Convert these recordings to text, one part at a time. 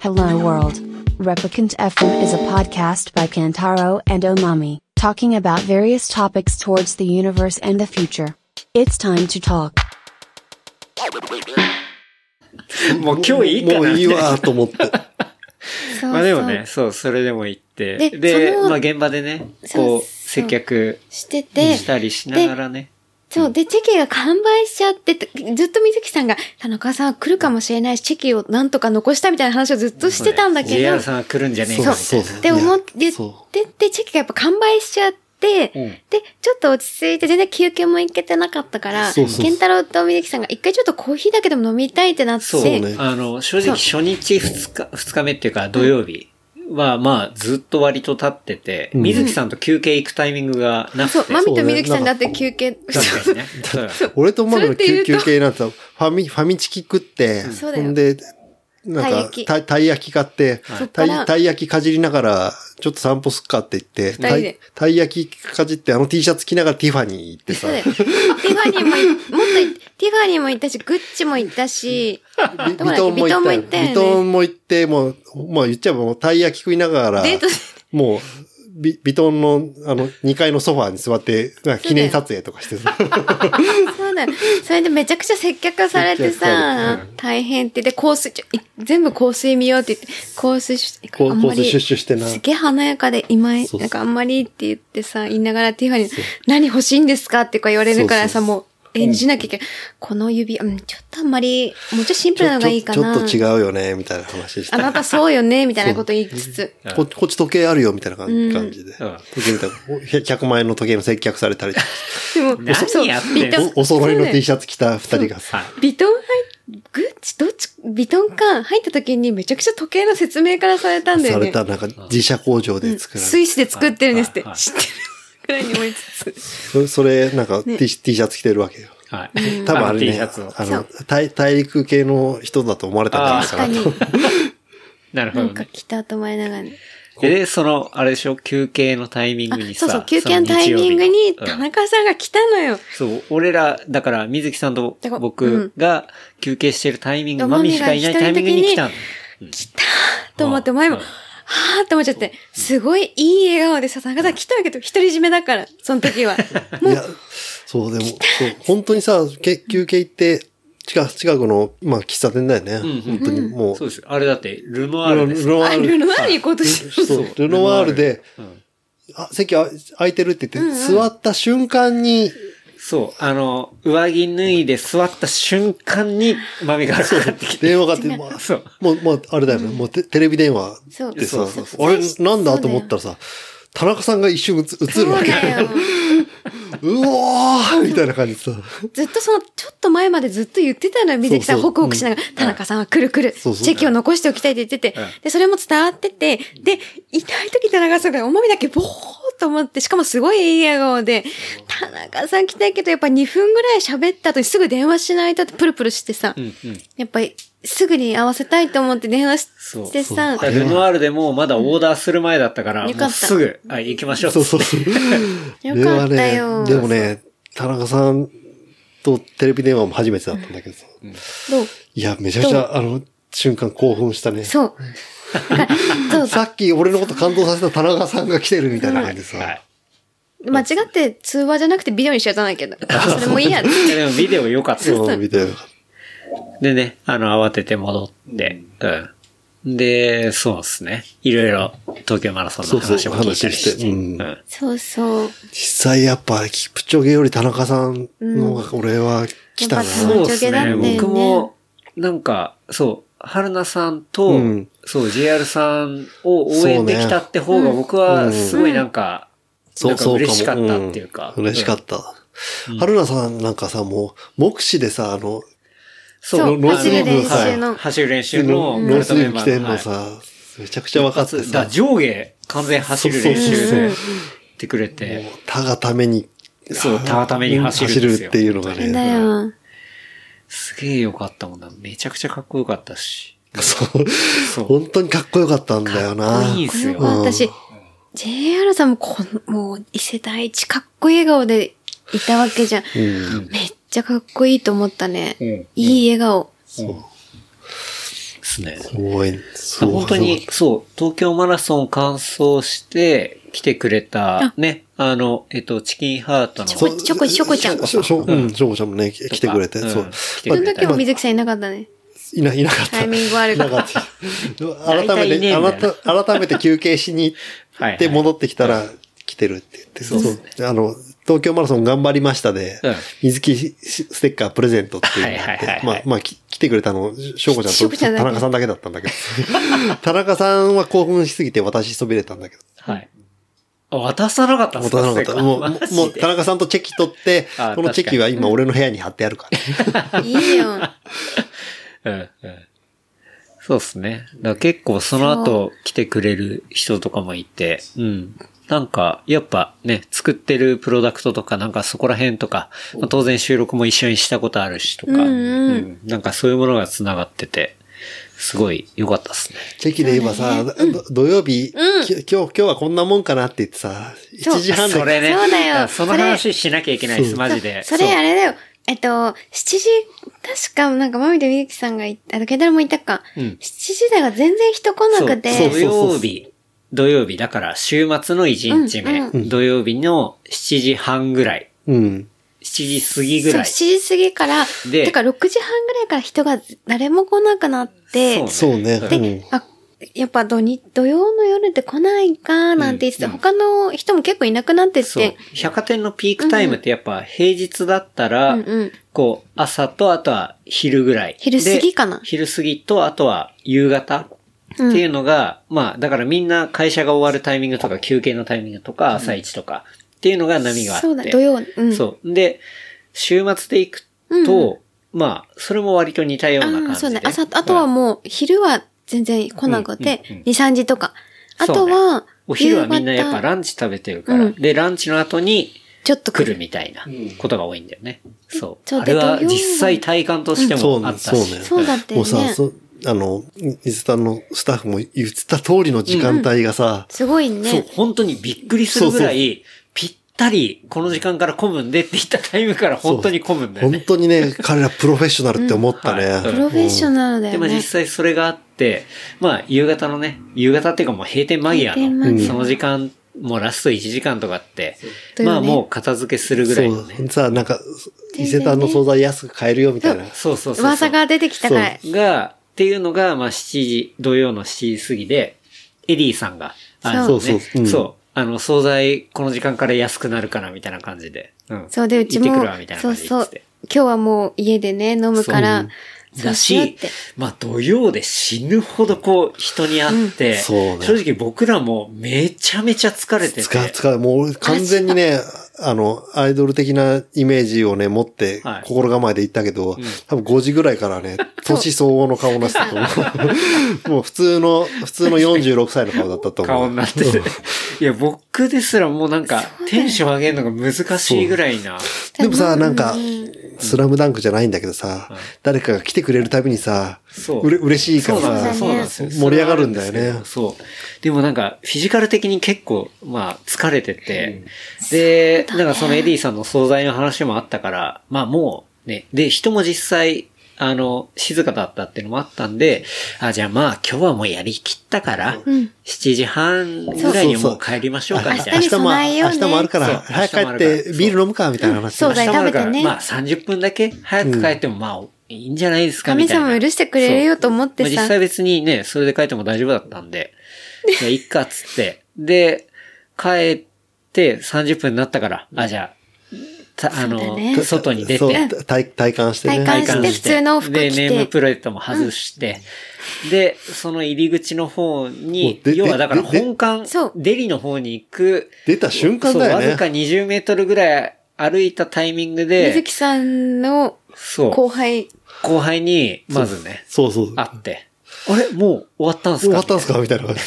Hello World. Replicant FM is a podcast by Kantaro and Omami, talking about various topics towards the universe and the future. It's time to talk. もう今日いいかなもういいわーと 思って。そうまあでもそうね、そう、それでも行って。でで、そのまあ現場でね、そこうう、接客してて、したりしながらね。そう、で、チェキが完売しちゃってて、ずっと水木さんが、田中さん来るかもしれないし、チェキをなんとか残したみたいな話をずっとしてたんだけ JR ど、さんが来るんじゃねえそうかみたそういそうって思って、いやで、そうで、チェキがやっぱ完売しちゃっな。て、うん。で、ちょっと落ち着いて、全然休憩も行けてなかったから、そうそうそう健太郎と水木さんが一回ちょっとコーヒーだけでも飲みたいってなって、そうねあの、正直初日二日、二日目っていうか土曜日はまあずっと割と立ってて、うん水木さんと休憩行くタイミングがなくて。そう、マミと水木さんなだんかって休憩、確かにね。そう俺とママの救急そ系なんてファミ、ファミチキ食って、そうだよほんで、なんたいか焼きた、たい焼き買ってそっ、たからい、たい焼きかじりながら、ちょっと散歩すっかって言って、二人たでい、たい焼きかじって、あの T シャツ着ながらティファニー行ってさそう、だよ。ティファニーもい、もっとい、ティファニーも行ったし、グッチも行ったし、ビどこだっけトンも行ったよ。ビトンも行ったビよねトンも行って、もう、もう言っちゃえばもうたい焼き食いながら、デート、もう、ビ、ビトンの、あの、2階のソファーに座って、なんか記念撮影とかして さ。そうだよ。それでめちゃくちゃ接客されて接客ささ、大変って。で、香水、ちょい全部香水見ようって言って、香水し、こあう、んコーまスりシュッシュしてな。すげえ華やかで、今井そうそうなんかあんまりって言ってさ、言いながらティファニー、何欲しいんですかってこう言われるからそさ、うそうもう演じなきゃいけない。この指、うん、ちょっとあんまり、もうちょいシンプルなのがいいかちょな。っとちょっと違うよね、みたいな話してあ。なたそうよね、みたいなこと言いつつ。ここっち時計あるよ、みたいな感じ感じで。ん時計見たらお100万円の時計の接客された りとか、でも、何そうやってんのビトンおお揃いそうのだよ T シャツ着た二人がさ、はいビトン入っ、グッチ、どっち、ビトンか、入った時にめちゃくちゃ時計の説明からされたんだよさねれ。たなんか自社工場で作られスて、イスで作ってるんですってはいはい知ってるくらいに思いつつ。それそれなんか T,、T シャツ着てるわけよ。はい。多分あれ T ね、シャあツを。の、大大陸系の人だと思われたんじゃない確かかなに と。、なるほなどんかね。来たと思いながらね。で、その、あれでしょ、休憩のタイミングあに、さ。そうそう、休憩のタイミングにその日曜日の田うん中さんが来たのよ。そう、俺ら、だから、水木さんとだから僕が休憩してるタイミング、うんマミしかいないタイミングに来たの。と思って、お前も、うんはぁーって思っちゃって、すごいいい笑顔でさ、田中さん来たわけど、独り占めだから、その 時は。も、いうや、そう、でも、そう、本当にさ、け休憩行って、近く、近くの、まあ、喫茶店だよね。本当に、もう、そうです。あれだって、ルノアールです。ルノワあ、ールルノアール行こうとしてそう、ルノワールで、あ席あ空いてるって言って、座った瞬間に、そう、あの、上着脱いで座った瞬間に、マミからかかってきて。電話があって、まあそう。もう、もう、あれだよね、もうテテレビ電話そうでそさうそう、あれそう、なんだと思ったらさ、田中さんが一瞬うつ映るわけ。だよ。うおーみたいな感じでさ、ずっとその、ちょっと前までずっと言ってたのよ、水木さん、そうそホうクホクしながら、田中さんはくるくる、チそうそうェキを残しておきたいって言っててうん、で、それも伝わってて、で、いない時田中さんがおまみだけぼーっと思って、しかもすごいいい笑顔で、田中さん来たいけど、やっぱ2分ぐらい喋った後にすぐ電話しないとってプルプルしてさ、うんうん。やっぱりすぐに合わせたいと思って電話しそうしてさ、だからルノアールでもうまだオーダーする前だったから、うんよかったもうすぐ、あ、行きましょう。そうそうそう。よかったよ。でもね、田中さんとテレビ電話も初めてだったんだけどさ、どういや、めちゃくちゃ、あの、瞬間興奮したね。そう。だからそうさっき俺のこと感動させた田中さんが来てるみたいな感じでさ、はい。間違って通話じゃなくてビデオにしちゃったんだけど、それもいいや。いやでもビデオ良かったよ。そうみたいな。でね、あの、慌てて戻って、うん。で、そうですね。いろいろ、東京マラソンの話も聞いたりして。そうそう話してうんうんそうそう。実際やっぱ、キプチョゲより田中さんの方が俺は来たな。うんそうですだったね。よね僕も、なんか、そう、春菜さんと、うんそう、JR さんを応援できたって方が、僕はすごいなんか、そなうんかそう嬉しかったっていうか。。ん嬉しかったた。春菜さんなんかさ、もう、目視でさ、あの、そう、そう走る練習のはい走る練習の、ノースウィ改めーブま着てんのはいさ、めちゃくちゃ分かってだからさ、上下、完全走る練習で、ってくれて、他がために、そう、たために走るんですよ走っていうのがだね、よ。すげえ良かったもんな。めちゃくちゃかっこよかったし。そうう本当にかっこよかったんだよな。いいんこすれよ。は私、JR さんもこの、もう、伊勢第一かっこいい笑顔でいたわけじゃん。めっちゃかっこいいと思ったね。いい笑顔。うんですね。すごい。そう本当に、そう、東京マラソン完走して来てくれた、ね、あの、えっと、チキンハートのちょこちょこちょこちゃんしょしょしょうん、しょこちゃんもね、き来てくれて。うんそう。来てそくのれた時も水木さんいなかったね。いな、いなかった。タイミング悪かなっかた。った。大改め体ねて、みたい改改めて休憩しにはいは行っいて戻ってきたら来てるって言って、そうそうあの、東京マラソン頑張りましたでうん、水木ステッカープレゼントっていうのがあはっいはいはいはい、てまあ、まあ、き来てくれたの、翔子ち翔ゃんと子ちゃんだ田け中さんだけだったんだけど、 田中さんは興奮しすぎて私そびれたんだけど、はい。あ渡さなかったんで持すかたなかった。もう、もマジでう、田中さんとチェキ取ってあ、このチェキは今俺の部屋に貼ってあるから。いいよ。うんうんそうですね。だから結構その後来てくれる人とかもいて、うん。なんか、やっぱね、作ってるプロダクトとか、なんかそこら辺とか、まあ当然収録も一緒にしたことあるしとか、うんうんんなんかそういうものが繋がってて、すごい良かったですね。チェキで言えばさ、ど土曜日、き今日、今日はこんなもんかなって言ってさ、そう1時半それでね。そうだよいやその話しなきゃいけないです、マジで。それあれだよ。えっと、7時、確かなんか、まみとみゆきさんがいあの、ケンタロウもいたか。うん7時台が全然人来なくて。そうそ土う曜日、土曜日、だから週末の1日目、うんう土曜日の7時半ぐらい、うん。 7時過ぎぐらい。そう7時過ぎから、でだから6時半ぐらいから人が誰も来なくなって、そうね。でうんあ、やっぱ土日、土曜の夜って来ないか、なんて言ってて、他の人も結構いなくなってっそうて、。百貨店のピークタイムってやっぱ平日だったら、うんうんこう、朝とあとは昼ぐらい。昼過ぎかなで昼過ぎとあとは夕方ってうんいうのが、まあ、だからみんな会社が終わるタイミングとか休憩のタイミングとか朝一とかっていうのが波があって。そうだ、土曜、うん。そう。で、週末で行くと、まあ、それも割と似たような感じでああ、ね。そうね。朝、あとはうんもう、昼は全然来なくて、うんうんうん2、3時とか。あとそうは、お昼はみんなやっぱ夕方ランチ食べてるから、うんで、ランチの後にちょっと来来るる。みたいなことが多いんだよね。そう。そうあれはで土曜実際体感としてそうもあね、ったそうし。ね。そうだったよねもうさ、そあの、水田のスタッフも言った通りの時間帯がさ、すごいそうね。本当にびっくりするぐらい、ぴったり、この時間から混むんでって言ったタイムから本当に混むんだよ本ね。当 にね、彼らプロフェッショナルって思ったうんはいプうね。んロフェッショナルだでよもね実。際それがあって、まあ夕方のね、夕方っていうかもう閉店間際閉店間の、際その時間、もうラスト1時間とかって、だよねまあもう片付けするぐそらいのうね。。さ、なんか、伊全然ね勢丹の惣菜安く買えるよみたいそな。うそうそうそう。噂が出てきたから。が、っていうのが、まあ、7時、土曜の7時過ぎで、エディさんが、あそうそうそううんそうあの、惣菜、この時間から安くなるから、みたいな感じで。うん。そうで、うち行っもてくるわ、みたい、なそ感うじでそ言っうてて。。今日はもう家でね、飲むから、そうだしようっして。、まあ土曜で死ぬほどこう人に会って、んそうね正直僕らもめちゃめちゃ疲れてて。使う、使う。もう俺完全に ね、あの、アイドル的なイメージをね、持ってはい、心構えで行ったけど、多分5時ぐらいから ね、年相応の顔になってたと思う。もう普通の、普通の46歳の顔だったと思う。顔になってて。 いや、僕ですらもうなんか、テンション上げるのが難しいぐらいな。でもさ、なんかう、んスラムダンクじゃないんだけどさ、誰かが来てくれるたびにさ、そうれ嬉しいからそうなんでさ、すそうよだね盛り上がるんだよね。そう。でもなんか、フィジカル的に結構、まあ、疲れてて、で、なんかそのエディさんの惣菜の話もあったから、まあもう、ね、で、人も実際、あの、静かだったっていうのもあったんで、あ、じゃあまあ今日はもうやりきったから、ん7時半ぐらいにはもう帰りましょうか、みたいな明そうそうそ日うも、明日に備え明ようね日もあるから、そう早く明日もある帰からってビール飲むか、みたいな話。そうだよ明日もあるから食べてねまあ30分だけ早く帰ってもまあいいんじゃないですかみ神たいな。様許してくれるよと思ってそうまあさ実際別にね、それで帰っても大丈夫だったんで。 いや、いっかっつって。で、帰って30分になったから、あ、じゃあ、たあそうだの、ね外に出そうて、体体感してね。体感して普通の服着てで、ネームプレートも外して、で、その入り口の方にも、うで要はだからでで本館そう、デリの方に行く、出た瞬間そう、だよわずねか。20メートルぐらい歩いたタイミング水で、木さんのそ後輩、う、後輩に、まずね、そうそう。会って、あれもう終わったんす終かわったんすかみたいな感じ。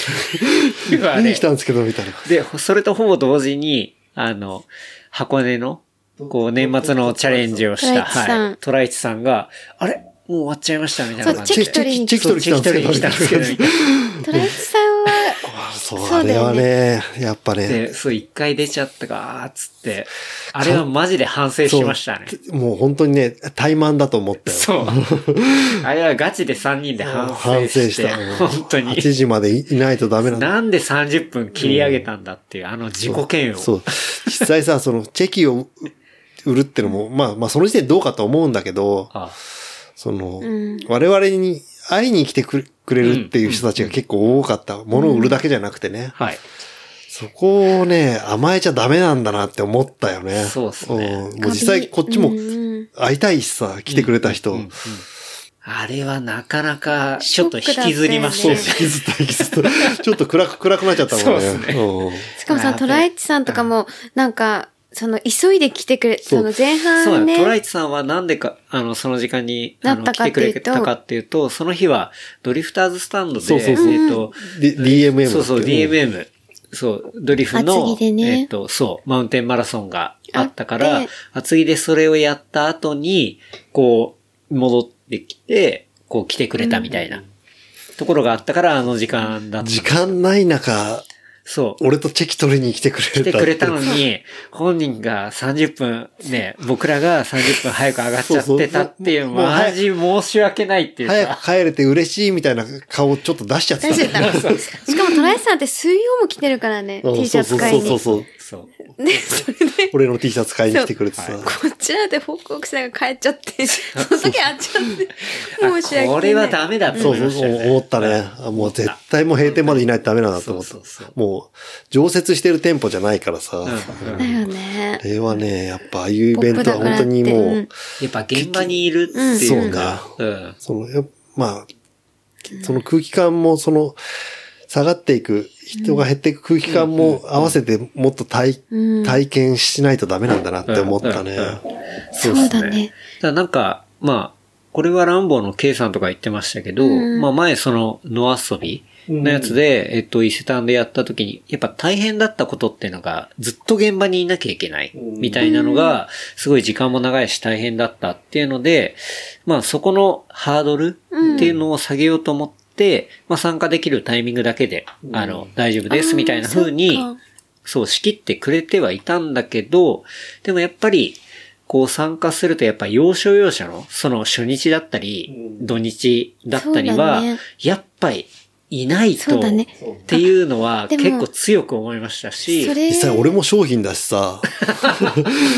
みたいな見に来たんですけど、みたいな。で、それとほぼ同時に、あの、箱根の、こう、年末のチャレンジをした、トライチさはい。トライチさんんが、あれもう終わっちゃいましたみたいなそう感チじェキ取りにチェキ取りそうチェキ取りに来来 たたんんでですすけけどど、みたいな。 トライチさんは、そう、そあうだれよはねね、やっぱね、で、そう、一回出ちゃったか、っつって。あれはマジで反省しましたね。もう本当にね、怠慢だと思ったよ。そう。あれはガチで3人で反省反省し、してた。本当に。 8時までいいないとダメなんだ。なんで30分切り上げたんだっていう、あの自己嫌悪。そう。実際さ、その、チェキを売るってのも、まあまあ、その時点でどうかと思うんだけど、あその、ん我々に会いに来てくれくれるっていう人たちが結構多かった。物を売るだけじゃなくてね。はい。そこをね、甘えちゃダメなんだなって思ったよね。そうっすねうんもう実際こっちもうん会いたいしさ、来てくれた人。うんうんあれはなかなか、ちょっと引きずりましたそう、よ引ね。きずった引きず った。ちょっと暗く、暗くなっちゃったもんね。そうっすねうんしかもあさ、ートライチさんとかも、なんか、その、急いで来てくれ、そうその前そう半だね。ね。トライチさんはなんでか、あの、その時間に、あの、なっ来たかてってくいうとれたかっていうと、その日は、ドリフターズスタンドで、そうそうそうえっと、 D- DMM。そうそう、。DMM。そう、ドリフの厚、木でねえっと、そう、マウンテンマラソンがあったから、あって厚木でそれをやった後に、こう、戻ってきて、こう来てくれたみたいな、ところがあったから、あの時間だった。時間ない中、そう。俺とチェキ取りに来てくれた来ってくれたのに、本人が30分、ね、僕らが30分早く上がっちゃってたっていう、そうそうもうもうマジ申し訳ないっていう早かく、帰れて嬉しいみたいな顔をちょっと出しちゃってた。出してた。しかもトライチさんって水曜も来てるからね、うん T シャツ買いに。そうそうそうそう。そう。で、それで、俺の T シャツ買いに来てくれてさ。こちらでホクホクしながら帰っちゃって、その時会っちゃって、申し訳ない。これはダメだとそう思いまそうしたそう、よね。思ったね。あもう絶対もう閉店までいないとダメなんだと思っそたうそうそ。もう、常設してる店舗じゃないからさ。うんうんだよねあ。れはね、やっぱああいうイベントは本当にポップだもからってう、うんやっぱ現場にいるっていうか、うん。その、やっまあ、その空気感も、その、下がっていく、人が減っていく空気感も合わせてもっと体、うん体験しないとダメなんだなって思ったねうんうんうん。そうっすだね。ただなんか、まあ、これはランボーの K さんとか言ってましたけど、うんまあ前その野遊びのやつで、えっと、伊勢丹でやった時に、やっぱ大変だったことっていうのが、ずっと現場にいなきゃいけない、みたいなのが、すごい時間も長いし大変だったっていうので、まあそこのハードルっていうのを下げようと思って、まあ参加できるタイミングだけで、あの、大丈夫ですみたいな風に、あーそっかそう、仕切ってくれてはいたんだけど、でもやっぱり、こう参加するとやっぱ要所要所の、その初日だったり、土日だったりは、そうだねやっぱりいないと、そうだねっていうのはあでも結構強く思いましたし、それ、実際俺も商品だしさ、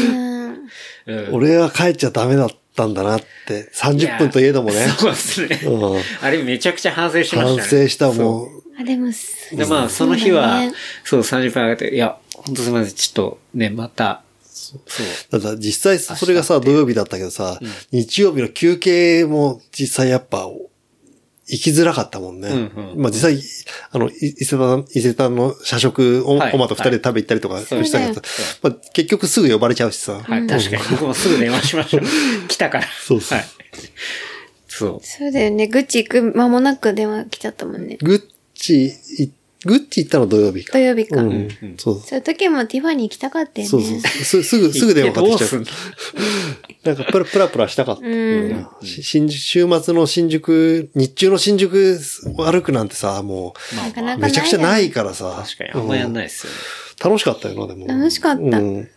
うんうん俺は帰っちゃダメだったんだなって、30分といえどもね。そうですね。うんあれめちゃくちゃ反省しました反ね。省した、もう。あ、でも、すで、まあ、その日そうだはね、そう、30分上がって、いや、本当すみません、ちょっとね、また、そう。ただ実際それがさ、土曜日だったけどさ、日曜日の休憩も実際やっぱ、行きづらかったもんね。うんうんまあ実際、あの、い伊勢丹、伊勢丹の社食を、はいおまと二人で食べ行ったりとかそうしたけど、まあ、結局すぐ呼ばれちゃうしさ。はい、確かに。僕もすぐ電話しました。 来たから。そうそうはい。そう。そうだよね。グッチ行く間もなく電話来ちゃったもんね。グッチ、いグッチ行ったの土曜日か。土曜日か。うん、うんそうそういう時もティファニー行きたかったよね。そうそうす。すぐ、すぐ電話かかってきちゃ行うて。どすんのなんかプラプラプラしたかった。うんし新宿週末の新宿、日中の新宿を歩くなんてさ、もなかなう、かないよねめちゃくちゃないからさ。確かに、あんまやんいないですよね。楽しかったよな、でも。楽しかったうん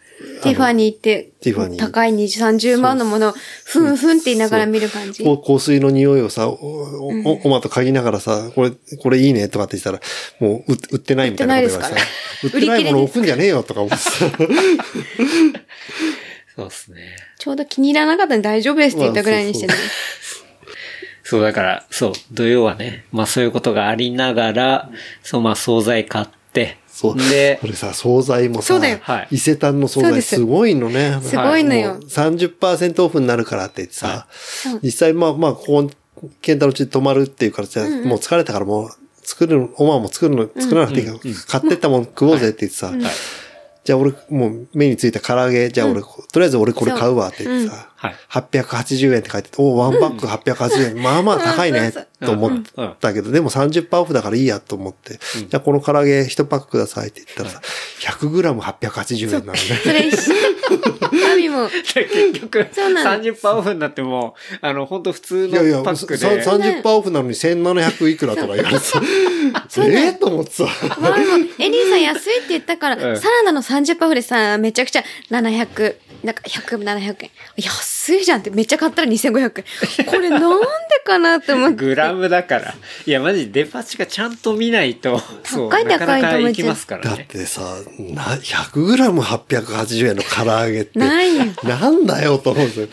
ティファニーってティファニー、高い20、30万のものを、ふんふんって言いながら見る感じ。こう香水の匂いをさ、お、お、おおまと嗅ぎながらさ、これ、これいいねとかって言ったら、もう、う売ってないみたいなこと言われてさ。売売っっててなないいですかもらの置くんじゃねえよとか思ってさ。そうですね。ちょうど気に入らなかったんで大丈夫ですって言ったぐらいにしてね。そう、だから、そう、土曜はね、まあそういうことがありながら、そう、まあ惣菜買って、そう。 でこ、れさ、惣菜もさ、そうだよはい伊勢丹の惣そう菜ですすごいのね。すごいのよもう30%オフになるからって言ってさ、い実際まあまあ、ここ、ケンタのうちで泊まるっていうからさ、もう疲れたからもう、作るの、おまんも作るの、作らなくていいから、買ってったもん食おうぜって言ってさ、じゃあ俺、もう目についた唐揚げ、じゃあ俺、とりあえず俺これ買うわって言ってさ、はい880円って書いてて、おーワンバック880円、まあまあ高いね、と思ったけど、でも30%オフだからいいやと思って、じゃあこの唐揚げ1パックくださいって言ったらさ、100g880 円なのね。それし、 神も。結局、そうなん30%オフになっても、あの、本当普通いやいや、のパックで。 30%オフなのに1700いくらとか言われて さええと思ってさ。まあでも、エリーさん安いって言ったから、うんサラダの30パフでさ、めちゃくちゃ700、なんか100、700円。安いじゃんって、めっちゃ買ったら2500円。これなんでかなって思って。グラムだから。いや、マジデパ地下ちゃんと見ないと、そう、高いなかな高いとか思っ行ちきゃうますからだっね。てさ、な、100g880 円の唐揚げって。ないよ。なんだよと思うんですよ。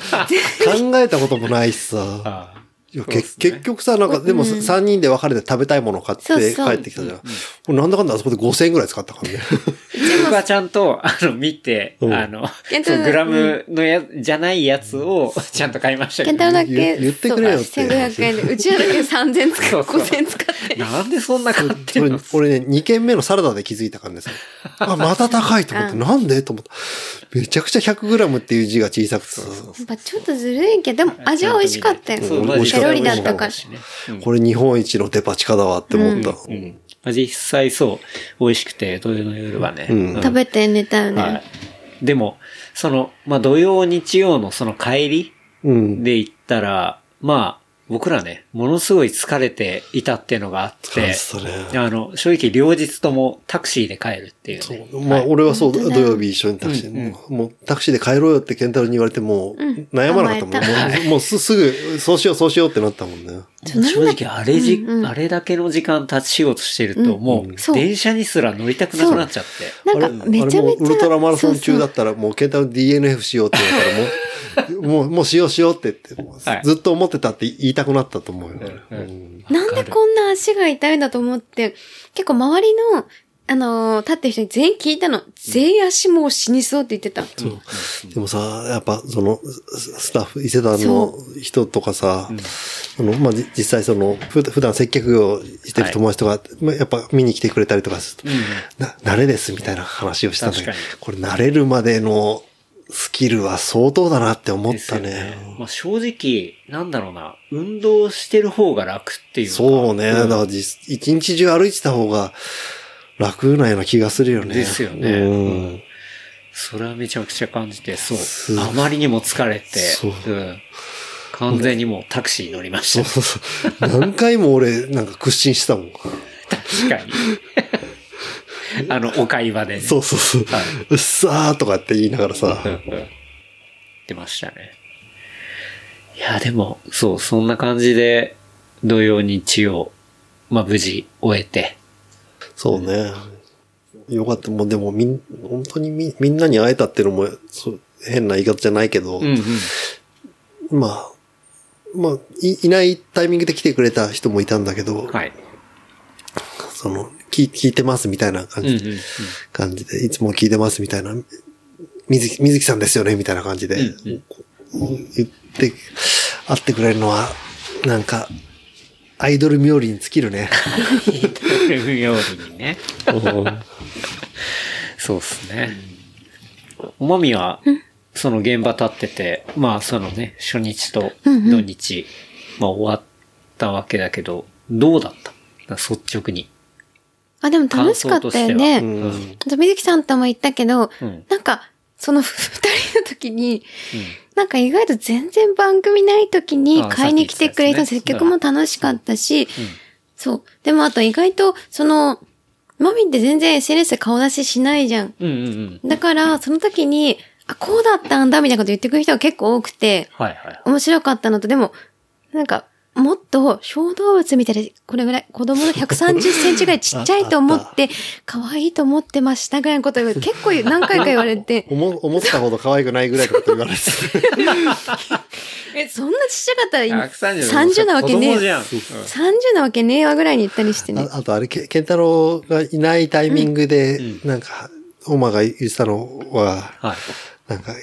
考えたこともないしさ。 ああいやそうっけすね結局さ、なんか、でも3人で別れて食べたいものを買ってそう帰そうってきたじゃん。もうなんだかんだあそこで5000円ぐらい使ったからね。僕はちゃんと、あの、見て、うんあの、ケンタそロウうグラムのや、じゃないやつを、ちゃんと買いましたケけンどタロウだけ、言言ってくれよってそう1500円で。うちらだけ3000使、そううそう5000使って。なんでそんな買ってそんれの俺ね、2軒目のサラダで気づいたから ねさ。あ、また高いと思って、うんなんでと思った。めちゃくちゃ 100g っていう字が小さくてさ。やっぱちょっとずるいけど、でも味は美味しかったよ。そうう、美味しかっペたロリだったから。うんこれ日本一のデパ地下だわって思った。うん。まあ実際そう、美味しくて、土曜の夜はね。うん食べて寝たよね。はい。でも、その、まあ土曜、日曜のその帰りうん。で行ったら、まあ、僕らね、ものすごい疲れていたっていうのがあって、それ。あの、正直両日ともタクシーで帰るっていうそね。う。まあ、俺はそう、土本当だ曜日一緒にタクシー、うんもうもうタクシーで帰ろうよって健太郎に言われても、ん悩まなかったもん甘ね。えもうもうすすぐ、そうしよう、そうしようってなったもんね。正直、あれじ、うんうんあれだけの時間立ち仕事してると、も、そうう電車にすら乗りたくなくなっちゃって。あなれんか、めちゃあれもめちゃ。うウルトラマラソン中だっったら、もう健太郎 DNF しようって言ったら、もう、もう、もうしようしようって言って、もうはいずっと思ってたって言いたくなったと思うよ。うんうんなんでこんな足が痛いんだと思って、結構周りの、あのー立ってる人に全員聞いたの。全員足もう死にそうって言ってた。でもさ、やっぱその、ススタッフ、伊勢丹の人とかさ、あの、まあ、じ実際その、ふ普段接客業してる友達とか、まあやっぱ見に来てくれたりとかすると、な、慣れですみたいな話をしたんだけど確かに、これ慣れるまでのスキルは相当だなって思っですたよね。まあ、正直、なんだろうな、運動してる方が楽っていうか。そうね。だから実一日中歩いてた方が楽なような気がするよね。ですよねうん。それはめちゃくちゃ感じて、そう。すあまりにも疲れて、。そうん完全にもうタクシー乗りました。そうそうそう。何回も俺、なんか屈伸してたもん。確 かに。あの、お会話でね。そうそうそう。はいうっさーとかって言いながらさう。んうん。出ましたね。いや、でも、そう、そんな感じで、土曜日曜、まあ、無事終えて、そうね。よかった。もうでもみん、本当にみみんなに会えたっていうのも、そう変な言い方じゃないけど、うんうん。まあ、まあい、いないタイミングで来てくれた人もいたんだけど、はい。その、聞聞いてますみたいな感うんうじ,、んうん。感じで、いつも聞いてますみたいな、水木水木さんですよねみたいな感じで、うんうんこう言って、会ってくれるのは、なんか、アイドル冥利に尽き るね。不要にね。 そうっすね。おまみは、その現場立ってて、まあそのね、初日と土日、まあ終わったわけだけど、どうだっただから率直に。あ、でも楽しかったよね。ううんん水木さんとも言ったけど、うんなんか、その二人の時に、なんか意外と全然番組ない時にあ買いに来てくれる人、さっ接き言って客たやつも楽しかったし、そう。でもあと意外と、その、マミンって全然 SNS で顔出ししないじゃん。うんうんうん。だから、その時に、あ、こうだったんだ、みたいなこと言ってくる人が結構多くて、はいはい。面白かったのと、でも、なんか、もっと小動物みたいで、これぐらい、子供の130センチぐらいちっちゃいと思 って、可愛いと思ってましたぐらいのことを結構何回か言わ れて、思思ったほど可愛くないぐらいのこと言われてえ、そんなちっちゃかったらいい 130 30なわけね子え供じゃん。 30なわけねえわぐらいに言ったりしてね。ああとあれ、ケケンタロウがいないタイミングで、なんか、オマが言ってたのは、はい。なんか、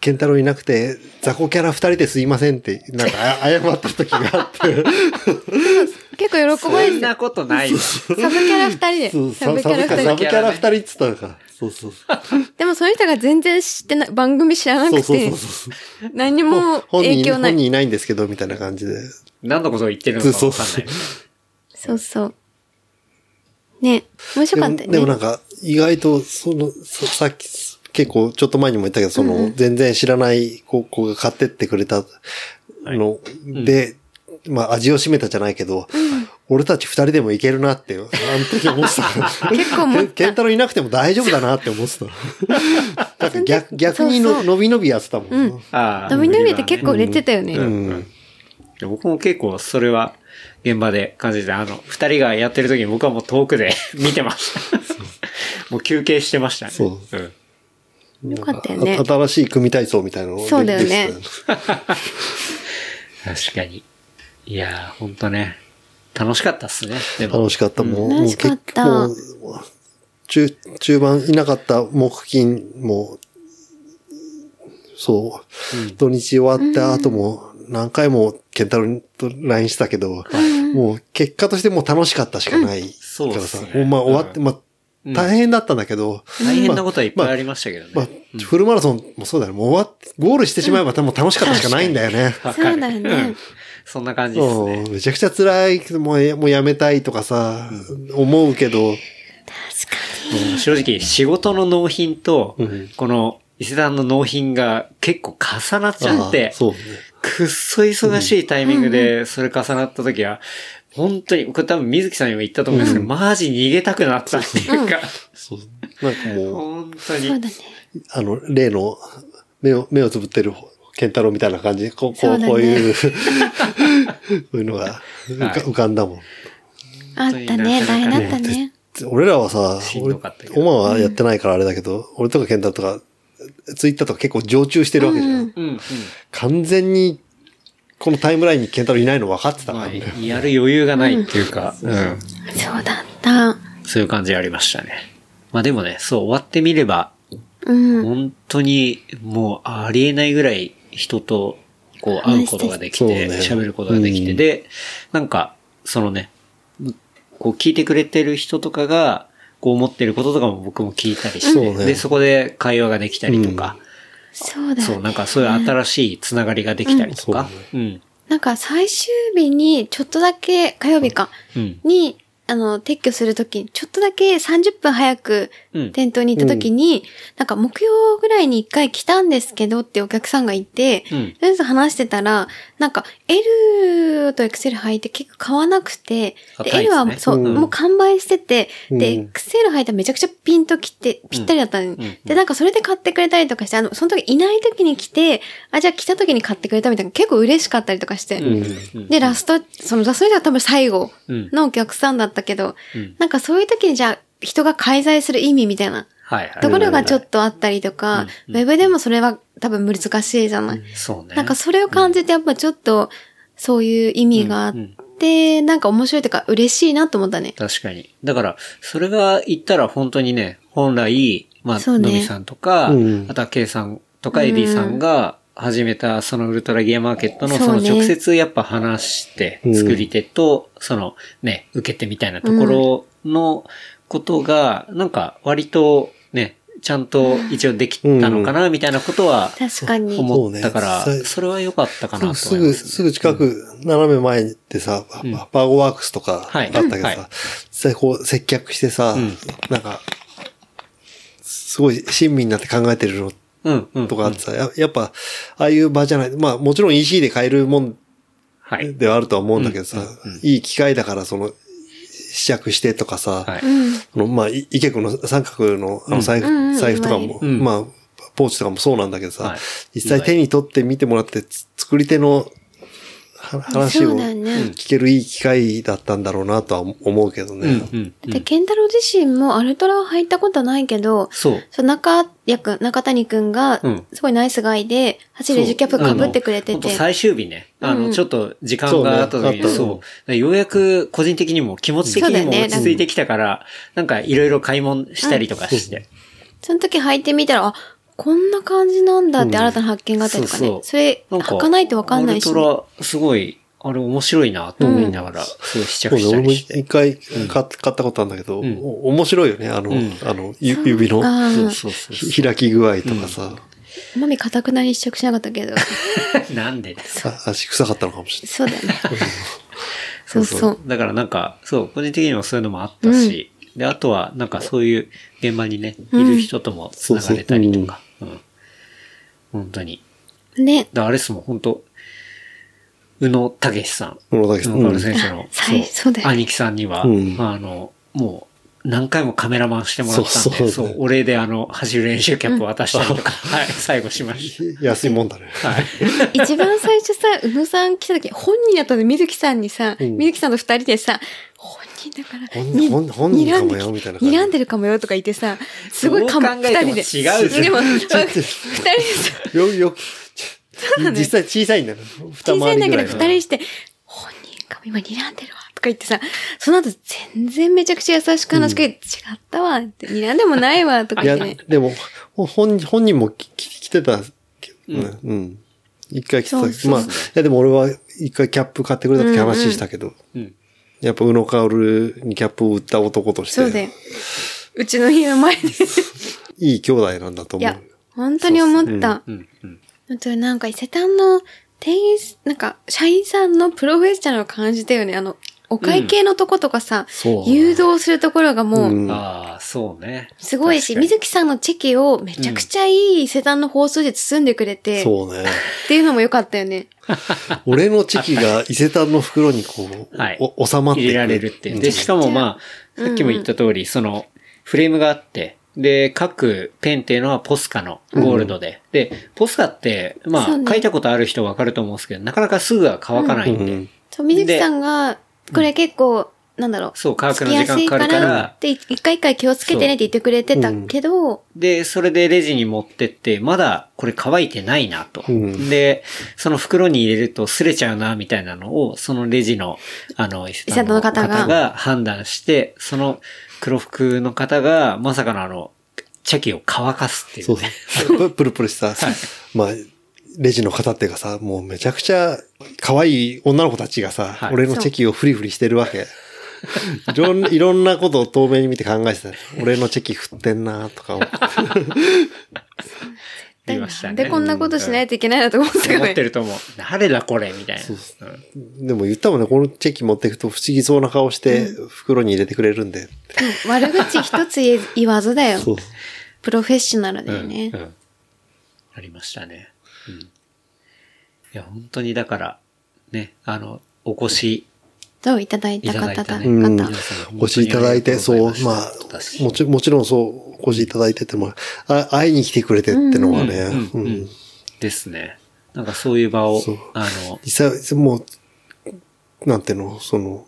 ケンタロウいなくて、 雑魚キャラ二人ですいませんって、なんかあ謝った時があって、結構喜ばれそてんた。なことないよ。サブキャラそ二人うで。ササブブキキャラャラ二人サ二人ブキャラ二人って言ったのか。そうそうそう。でもその人が全然知ってない、番組知らなそうくそうてそう、そう。何にも本影人、響な本人い。いないんですけど、みたいな感じで。何のことを言ってるのかわかんない。そうそう。ね面白かったでよもでもなね。んか、意外と、その、そさっき、結構ちょっと前にも言ったけど、その、うんうん全然知らない子子が買ってってくれたので、まあ味を占めたじゃないけど、俺たち二人でもいけるなって、あの時思ってた。 結構思っけケンた。タロウいなくても大丈夫だなって思 ってた。なんか逆逆にそうのそう伸び伸びやってたもんな。うんああドミノリエって結構売れてたよね。うん。僕も結構それは現場で感じて、あの、二人がやってる時に僕はもう遠く で見てました。もう休憩してましたね。そうんよかったよあね。新しい組体操みたいなのそうだよねできてた確かに。いやー、ほんとね。楽しかったっすね。でも。楽しかった。もう、もう楽しかった結構、中、中盤いなかった木金も、そう、土日終わった後も、何回もケンタロウと LINE したけど、もう結果としてもう楽しかったしかないかそうらっさ、すねほんま終わって、まあ、うん大変だったんだけど、大変なことはいっぱいありまましたけどね。まあ、まあフルマラソンもそうだよね。もう終わって、ゴールしてしまえば多分楽しかったしかないんだよね。わそかるうだよね。そんな感じですそねう、。めちゃくちゃ辛いけど、もうやもうやめたいとかさ、思うけど、確かもう正直、仕事の納品と、この伊勢丹の納品が結構重なっちゃっあてあ、そうね。くっそ忙しいタイミングでそれ重なった時は、本当に、これ多分水木さんにも言ったと思うんですけど、マジ逃げたくなったっていうか、そう。なんかもう、本当に。そうに。だね。あの、例の、目を、目をつぶってる、ケンタロウみたいな感じで、こう、こそううだねこういう、こういうのが浮か、はい浮かんだもん。あったね。大変だったね。俺らはさしん、どかったけど俺オマはやってないからあれだけど、俺とかケンタロウとか、ツイッターとか結構常駐してるわけじゃん。うんうんうん。完全に、このタイムラインにケンタロウいないの分かってたかまあ、らね。やる余裕がないっていうか、うん。そうだった。そういう感じありましたね。まあでもね、そう、終わってみれば、うん。本当にもうありえないぐらい人とこう会うことができそうて、ね喋、ることができて、うんで、なんか、そのね、こう聞いてくれてる人とかが、こう思ってることとかも僕も聞いたりして、そうねで、そこで会話ができたりとか、そうだそう、よなんね。かそういう新しいつながりができたりとか、うん、なんか最終日に、ちょっとだけ、火曜日か。うん、に、あの、撤去するとき、ちょっとだけ30分早くうん店頭に行ったときに、なんか木曜ぐらいに一回来たんですけどっていうお客さんがいて、うんとりあえず話してたら、なんか L と XL 履いて結構買わなくて、あでタイ L ツねはそう、うんもう完売してて、うで、ん XL 履いたらめちゃくちゃピンときて、ぴったりだったのに、うんうんで、なんかそれで買ってくれたりとかして、あの、その時いない時に来て、あ、じゃあ来た時に買ってくれたみたいな、結構嬉しかったりとかして、うんで、ラスト、そのラストが多分最後うんのお客さんだったけど、うんなんかそういう時にじゃあ人が介在する意味みたいなはいはい。ところがちょっとあったりとか、うウんうんェブでもそれは多分難しいじゃない。そうね。なんかそれを感じてやっぱちょっとそういう意味があっうんて、なんか面白いというか嬉しいなと思ったね。確かに。だから、それが言ったら本当にね、本来、まあ、そのうねみさんとか、うんあとは K さんとかエディさんが始めた、そのウルトラギアマーケットの、そそうのね直接やっぱ話してう、ん作り手と、そのね、受け手みたいなところのことが、なんか割とね、ちゃんと一応できたのかな、みたいなことは、確かに。思ったから、そうねそれは良かったかなと思いますす、ぐ、すぐ近く、斜め前でさ、んババーゴワークスとかあはっいたけどはいさ、実際こう接客してさうん、なんか、すごい親身になって考えてるのうん、うん。とかあってさ、ややっぱ、ああいう場じゃない、まあもちろん EC で買えるもんはい。ではあるとは思うんだけどさ、いい機会だからその、試着してとかさ、はいうん。この、まあ、い池君の三角のあの財布、うん財布とかも、うんまあ、ポーチとかもそうなんだけどさ、はい実際手に取って見てもらって、つ作り手のは話そをうだよね聞けるいい機会だったんだろうなとは思うけどうん、ね。うん。うんで、ケンタロウ自身もアルトラを履いたことないけど、そう。そう、中谷くん、中谷くんがうん、すごいナイスガイで、走るジキャップそうあの被ってくれてほんとて。最終日ね。あの、うんちょっと時間があった時に、そうそう,、ねあっようやく個人的にも気持ち的にもそうだよね落ち着いてきたから、なんかいろいろ買い物したりとかして。その時履いてみたら、あ、こんな感じなんだって新たな発見があったりとかね。うんそうそうそれ、なんか、履かないとわかんないし、ウルトラ、すごいあれ面白いなと思いながら、すごい試着した俺もりして。一回買っ買ったことあるんだけど、んお面白いよね、あの、うんあの、ゆ指のあーそうそうそうひ開き具合とかさ、おまみかたくなに試着しなかったけど。なんでだあ足臭かったのかもしれそうだよね。そうそう。だからなんか、そう、個人的にもそういうのもあったし、で、あとはなんかそういう現場にね、いる人とも繋がれたりとか、うん。本当に。ね。だからあれっすもん、本当宇野武さん。宇野武さん宇野選手うんの、最そうだよね兄貴さんには、うんあの、もう、何回もカメラマンしてもらったんで、そそううそうお礼であの、走る練習キャップ渡したりとか、はい、最後しましない。安いもんだね。た。はい。一番最初さ、宇野さん来た時、本人だったのに、水木さんにさ、ん水木さんと二人でさ、本人だから、本人本本人かもよみたいな感じ睨んでるかもよとか言ってさ、すごいかも、どう考えても二人違うで。ぜでも、二人でさ、よよ実際小さいんだよ。二小さ回いんりだぐけらどいの。二人して、本人かも今睨んでるわとか言ってさ、その後全然めちゃくちゃ優しく話しかけて、違ったわって、睨んでもないわとかい言や、ってね。でも、ほ本本人もきき来てた。うん。うん一回来てた。そうそうまあ、いやでも俺は一回キャップ買ってくれたって話したけど、うん。やっぱ宇野薫にキャップを売った男としそうだてよ、。うちの家の前で。いい兄弟なんだとい思うや。、本当に思った。うん。うん。本当になんか伊勢丹の店員す、なんか社員さんのプロフェッショナルを感じたよね。あの、お会計のとことかさ、そうだね誘導するところがもう、うんああ、そうね。すごい確し、かに水木さんのチェキをめちゃくちゃいい伊勢丹の包装で包んでくれて、っそうね。ていうのも良かったよね。俺のチェキが伊勢丹の袋にこう、はいお収まってい入くれられるっていう。で、しかちもっちゃいまあ、さっきも言った通り、その、フレームがあって、で、各ペンっていうのはポスカのゴールドで。で、ポスカって、まそあ、うね書いたことある人わかると思うんですけど、なかなかすぐは乾かないんで。うんそう、水木さんが、これ結構、なんだろう、そう、乾つくきの時やす間いかかるかから、ら、って一回一回気をつけてねって言ってくれてたけど、で、それでレジに持ってって、まだこれ乾いてないなと。うんで、その袋に入れると擦れちゃうな、みたいなのを、そのレジの、あの、伊勢丹の方伊勢丹の方が判断して、その黒服の方が、まさかのあの、チャキを乾かすっていう、そね。うそう。プルプルした、まあ、レジの方っていうかさ、もうめちゃくちゃ可愛い女の子たちがさ、はい俺のチェキをフリフリしてるわ け。いろんいろんなことを透明に見て考えてた。俺のチェキ振ってんなとか思って。ありましたなんね。でこんなことしないといけないなと思ってたうんよ思ってね。ると思う。誰だこれみたいな。うんでも言ったもんね、このチェキ持っていくと不思議そうな顔して袋に入れてくれるんで。うん悪口一つ言え言わずだよ。そう。プロフェッショナルだようんね。うんありましたね。うん。いや、本当にだから、ね、あの、お越しどういただいた方いただいた々ねのうん方。お越しいただいて、そう、まあ、もちもちろんそう、お越しいただいてても、あ会いに来てくれてってのはね、うんううんんですね。なんかそういう場をそう、あの、実際、もう、なんていうの、その、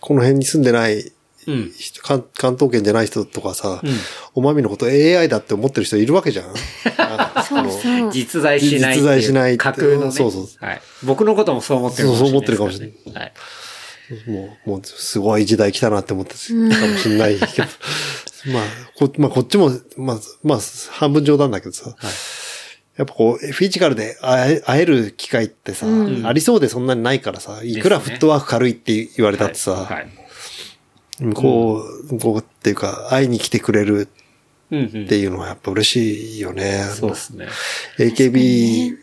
この辺に住んでないうん。人、関関東圏じゃない人とかさ、うんおまみのこと AI だって思ってる人いるわけじゃ ん。あそうそう。実在しないってう。実在しないって架空のね。そうそうはい。僕のこともそう思ってるそうそう思ってるかもしれないですからねはい。もう、もう、すごい時代来たなって思ってたかもしれないけど。 まあ、こ、まあ、こっちも、まあ、まあ、半分冗談だけどさ。やっぱこう、フィジカルで会え会える機会ってさ、うんありそうでそんなにないからさ、いくらですフねットワーク軽いって言われたってさ、はい。向こう、向こうっていうか、会いに来てくれるうんうっんて。いうのはやっぱ嬉しいよね。そうですね。 AKB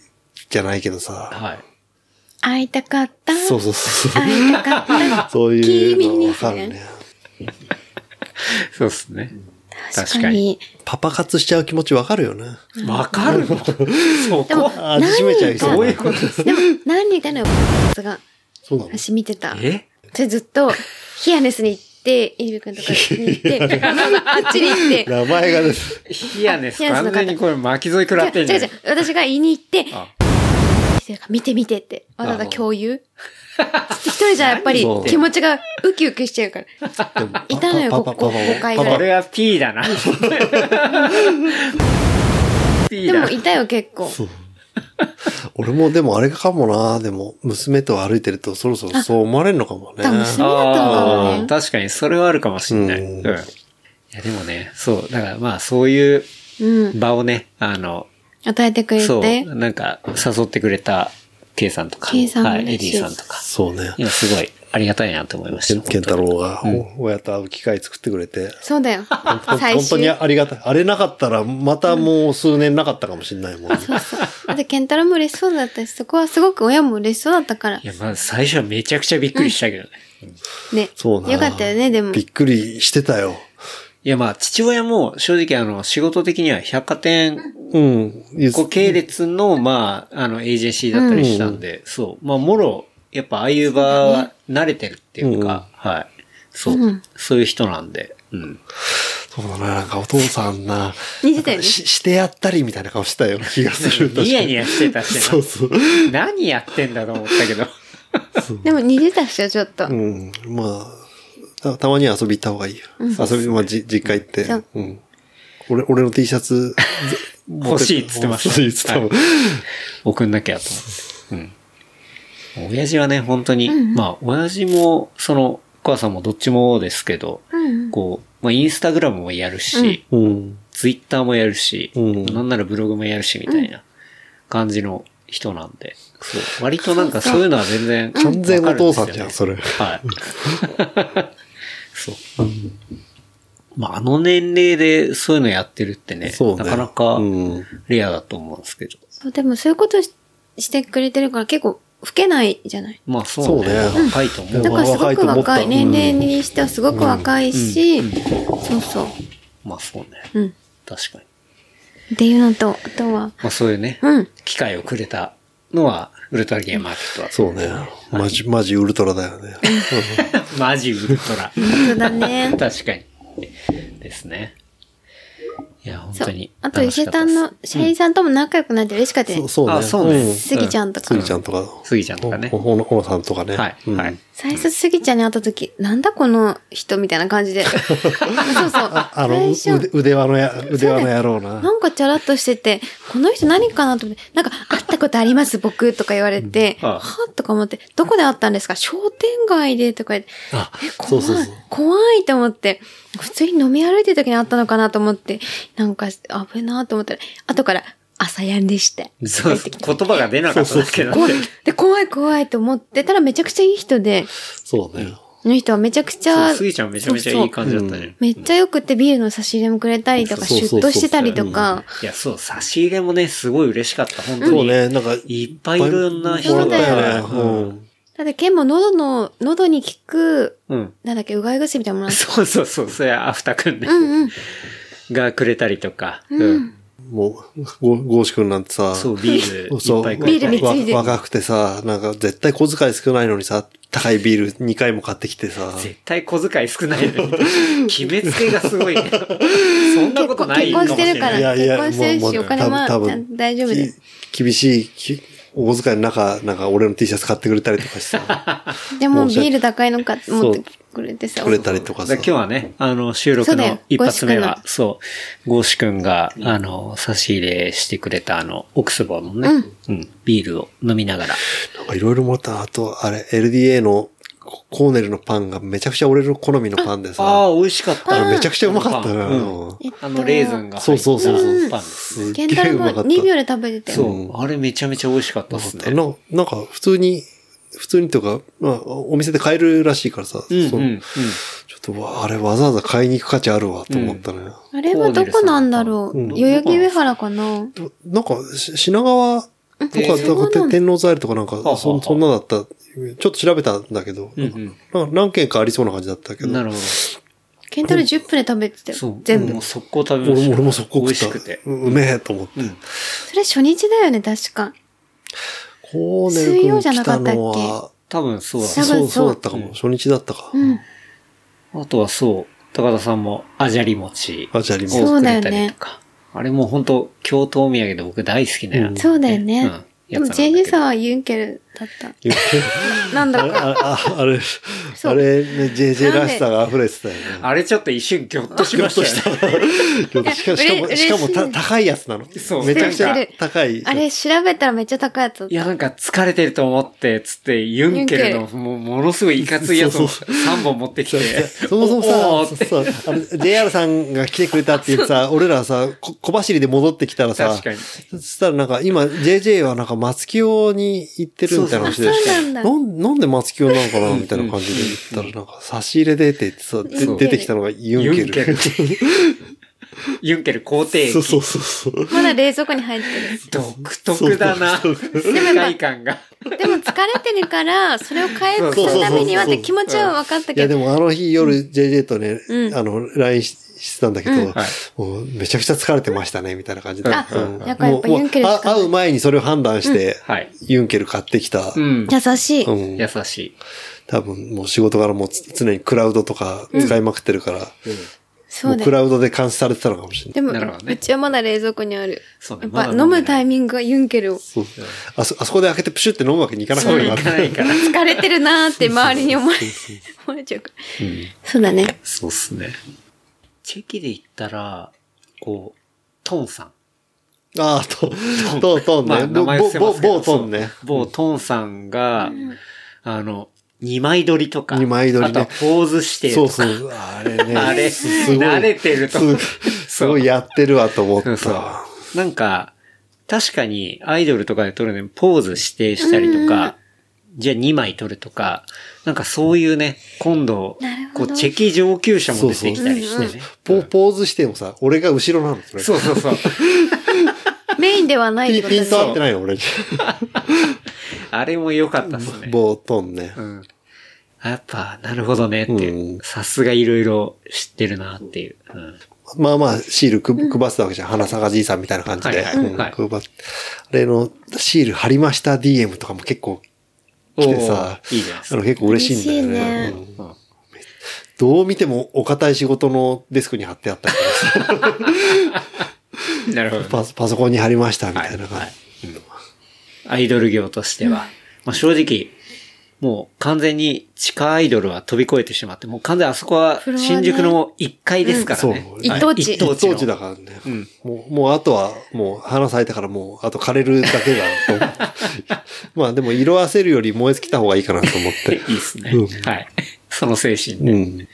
じゃないけどさ。はい。会いたかった。そうそうそう。会いたかった。そういうのわかる君にねね。そうですね。確かに。パパ活しちゃう気持ちわかるよね。わかるのそでもこ、味しめちゃう人何人かどういうことですでも、何人かのが、そうなの私見てた。えそれずっと、ヒアネスに行って、イル君とかに 行って、あっちに行って、名前がね、ヒアネスヒアネスの完方全にこれ巻き添え食らってんじ違ゃうん違う。私が言いに行ってあ、見て見てって、わざわざ共有。一人じゃやっぱりそう気持ちがウキウキしちゃうから。いたのよ、パこパこパパ5回ぐパパこらい。れは P だな。P でだもいたよ、結構。俺もでもあれかもな、でも、娘と歩いてるとそろそろそう思われるのかもね。あ娘だったのかもああねー、確かにそれはあるかもしれない。ううんん。いや、でもね、そう、だからまあそういううん。場をね、あの、与えてくれそて。う、なんか誘ってくれた K さんとか、 K さんもはい、エデ嬉しいィさんとか、そうね。今すごいありがたいなと思いました。健太郎本が、こうやって会う機会作ってくれて、そうだよ。本最当に終。ありがたい。あれなかったら、またもう数年なかったかもしれないもん。 そうそう。だって、ケンタロウも嬉しそうだったし、そこはすごく親も嬉しそうだったから当。にいや、まず最初はめちゃくちゃびっくりしたけどね。ね。そうなよかったよね、でも。びっくりしてたよ。いや、まあ、父親も正直あの、仕事的には百貨店うん。言っこう系列の、まあ、あの、エージェンシーだったりしたんで、そう。まあ、もろ、やっぱ、ああいう場は慣れてるっていうか、はい。そう、そういう人なんで、 うん。そうだな、なんかお父さんな、似てたよねししてやったりみたいな顔したような気がす る。ニヤニヤしてたしなそうそう。何やってんだと思ったけど。 でも似てたっしょ、ちょっとう。ん。まあ、たたまには遊び行った方がいいよ。遊び、まあ、じ実家行って。そううん。俺、俺の T シャツ、 欲しいっつってました。欲しいっつってたもんはい送んなきゃと思って。うん。親父はね、本当に、まあ、親父も、その、お母さんもどっちもですけど、うん。こう、まあ、インスタグラムもやるし、うん。ツイッターもやるし、うんなんならブログもやるし、みたいな感じの人なんで、そう割となんかそういうのは全然、完全お父さんじゃん、それ。はい。 そう。まあ、あの年齢でそういうのやってるってね、そうなね。かなかうん。レアだと思うんですけど。そう、でもそういうことししてくれてるから結構老けないじゃない。まあ、そうね。そうね若いと思うだわ。からすごく若若いと思ったい、年齢にしてはすごく若いし、そうそう。まあ、そうね。うん。確かに。っていうのと、あとは、まあ、そういうね、うん。機会をくれたのは、ウルトラゲームマーケットだと。そうね。マジ、マジウルトラだよね。 マジウルトラ。そうだね。 確かに。ですね。いや、本そ当うに。。あと、伊勢丹丹の、社員さんとも仲良くなって嬉しかったそねう。そうね。あそうねんスギちゃんとかスギ。ちゃんとか。杉ちゃんとかねお。おお小野さんとかね。はい。うんはい。最初スギちゃんに会った時、なんだこの人みたいな感じ で。そうそう。あの、最初腕、腕輪のや、腕輪の野郎な。なんかチャラッとしてて、この人何かなと思って、なんか会ったことあります僕とか言われて、うんああはぁとか思って、どこで会ったんですか商店街でとか言って、あえ、怖いそうそうそう。怖いと思って、普通に飲み歩いてる時に会ったのかなと思って、なんか危なと思ったら、後から朝やんでして。そう、言葉が出なかったですけど怖い。で、怖い怖いと思ってたらめちゃくちゃいい人で、そうね。この人はめちゃくちゃ、杉ちゃんめちゃめちゃいい感じだったそうね。めっちゃ良くてビールの差し入れもくれたりとか、そうシそうュそうッとしてたりとか、いや、そう、差し入れもね、すごい嬉しかった。本当に。そうね、なんか、いっぱいいろんな人もらったがよね。うん。だって剣も喉の、喉に効く、うん。なんだっけ、うがい薬みたいなものなんですそうそうそう、それアフタくんねう。んうん。がくれたりとか。ううんん。もう、ご、ゴーシ君なんてさ、そう、ビールいそっう、ぱわいくれビーたルり。貢いでわ若くてさ、なんか絶対小遣い少ないのにさ、高いビール2回も買ってきてさ、絶対小遣い少ないのに。 決めつけがすごいね。そんなことない結かも婚ししれてない。るから、いやい結や婚してるもうし、もおう金は多分ちゃんと大丈夫です。き厳しいきお小遣いの中、なんか俺の T シャツ買ってくれたりとかして さ、でも申うビし訳ール高いのかう持ってくれてさ。くれたりとかださ、今日はね、あの、収録そうだのよ一発目ゴーシュ君はの、そう、ゴーシ君が、あの、差し入れしてくれた、あの、オクスボのね、うん、ビールを飲みながら。なんかいろいろもらったなあと、あれ、LDA のココーネルのパンがめちゃくちゃ俺の好みのパンであさ、あ、美味しかっあた。れめちゃくちゃうまかったな、ううんんあの、レーズンが入そうったそうそうそうパンです。すっげケンタえロうウもまかった。 2秒で食べてたそよ。う、あれめちゃめちゃ美味しかったですね。ななんか普通に、普通にというか、まあ、お店で買えるらしいからさ、うん、うん、そううん。ちょっとわあれわざわざ買いに行く価値あるわと思ったね。あれはどこなんだろううん代々木上原かななんかし品川とか、えーなんかそうなんだ天王ザイルとかなんかはあそんはあそんなだった。ちょっと調べたんだけど、うんうんなんか何軒かありそうな感じだったけど。なるほど。ケンタロウ10分で食べてたそうよ。。全も部う。速攻食べま俺しもた。俺もそこ美味し食くってた。。ううめえと思って。うん。それ初日だよね、確か。コーネ水ル曜君じゃ来なかたったっけのは、多分そうだ多分そう、そそううだったかも。初日だったか。うん。あとはそう、高田さんもアジャリ餅アジャリをも。くれたりとか。あれもう本当京都お土産で僕大好きなやつ。そうだようねん。でもやつなんだけど JJ さんはユンケルだった。なんだか。あああれ、そうあれね、JJ らしさが溢れてたよね。あれちょっと一瞬ギョッとしましたよ ね。しかしかも、嬉しいしかもた高いやつなの。そうめちゃくちゃ知ってる高い。あれ調べたらめっちゃ高いやつだっいた。や、なんか疲れてると思って、つって、ユンケルのユンもうものすごいいかついやつをそ3本持ってきそてう そ、おうそもそもーってさ、そうあの JR さんが来てくれたって言ってさ、俺らさ、こ小走りで戻ってきたらさ確かに、そしたらなんか今、JJ はなんか松清に行ってるみたいな話であ、そうなんだ。なんなんで松清なのかなみたいな感じで言ったら、なんか差し入れでって言ってさ、でそう出てきたのがユンケル。ユンケユンケル皇帝 そう駅。そうそうそう。まだ冷蔵庫に入って独特だな。そう世界観が。る。でも疲れてるから、それを回復するためにはって気持ちは分かいったや、けでど。もあの日夜 JJ とね、うんあの、LINE ししてたんだけど、うんはいもうめちゃくちゃ疲れてましたね、みたいな感じで。あうんやっぱりもうもうユンケルしかあ会う前にそれを判断して、はい。ユンケル買ってきた。うん。優しい。ううん優しい。多分もう仕事からもうつ常にクラウドとか使いまくってるから、そうもうだクよ。ラウドで監視されてたのかもしれない。でも、なるほどねうちはまだ冷蔵庫にある。そうねやっまぱだ飲飲んでないむタイミングがユンケルを。 そうあそ、あそこで開けてプシュって飲むわけにいかなかそっうたいかから。ないから。疲れてるなーって周りに思われ、思われちゃうから。そうだね。そうっすね。チェキで言ったら、こう、トンさん。ああ、と、と、とんまあ、ね。名ぼ前ぼ伏せますけぼど。ぼとんねそう。某トンさんが、あの、二枚撮りとか。二枚撮りねあとはポーズしてとそうそか。う。あれね。あれ、すすご い。慣れてる と。すすごいやってるわと思っそうそうた。。なんか、確かにアイドルとかで撮るのにポーズ指定したりとか、じゃあ2枚撮るとか、なんかそういうね、今度なる、ほこどう、チェキ上級者も出てきたりしてね。ポポーズしてもさ、俺が後ろなの、それ。そうそうそう。メインではないっピてこンとピでンすと合ってないの、俺。あれも良かったっすね。ぼとんねう。ん。あやっぱ、なるほどねっていうう。さすがいろいろ知ってるなっていう。うんまあまあ、シールく配ってたわけじゃん。花坂じいさんみたいな感じで。はいはいうんはい配っあれの、シール貼りました DM とかも結構来てさお、ーいいじゃないですかあの。結構嬉しいんだよね。嬉しいねうんうんどう見てもお堅い仕事のデスクに貼ってあったりとか さなるほどね。パソパソコンに貼りましたみたいなは感いはいアイドル業としては。まあ正直、もう完全に地下アイドルは飛び越えてしまって、もう完全にあそこはフロアね新宿の1階ですからね。そうはい一等地一じ。等一地の。等地だからね。んもう、もうあとは、もう花咲いたからもう、あと枯れるだけだと。 まあでも色あせるより燃え尽きた方がいいかなと思っ て。いいっすね。うんはい。 その精神で。うん。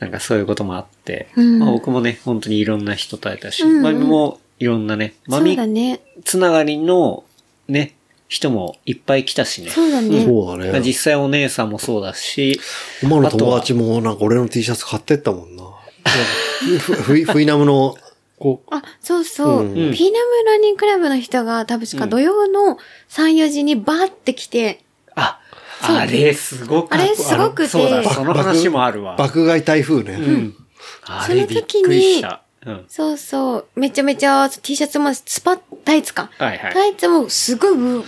なんかそういうこともあって。うんまあ僕もね、本当にいろんな人と会えたし、うんうんマミもいろんなね、マそうミだね。つながりのね、人もいっぱい来たしね。そうだね。そうだね。実際お姉さんもそうだし、お前の友達もなんか俺の T シャツ買ってったもんな。なんかふふいフイナムの、こあ、そうそう。うんピーナムランニングクラブの人が、多分しか土曜の3、4時にバーって来て、あ、あれすごくあれすごくてそうだ、う、その話もあるわ。爆買い台風ね。うん。あれびっくりした。うん。そうそう、めちゃめちゃ T シャツもスパタイツか。はいはいタイツもすごいぶ、ぶわ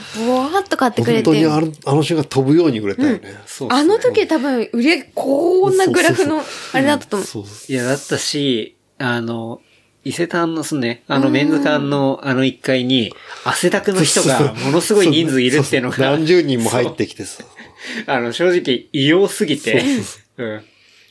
ーっと買ってくれ本て。当にあのあの瞬間飛ぶように売れたよね。そうっすねあの時多分売り上げこんなグラフのあれだったと思う。そうそういや、だったし、あの、伊勢丹のすね、あのメンズ館のあの1階に、汗だくの人がものすごい人数いるっていうのそうそが、う何十人も入ってきてさ。あの、正直異様すぎて、うん。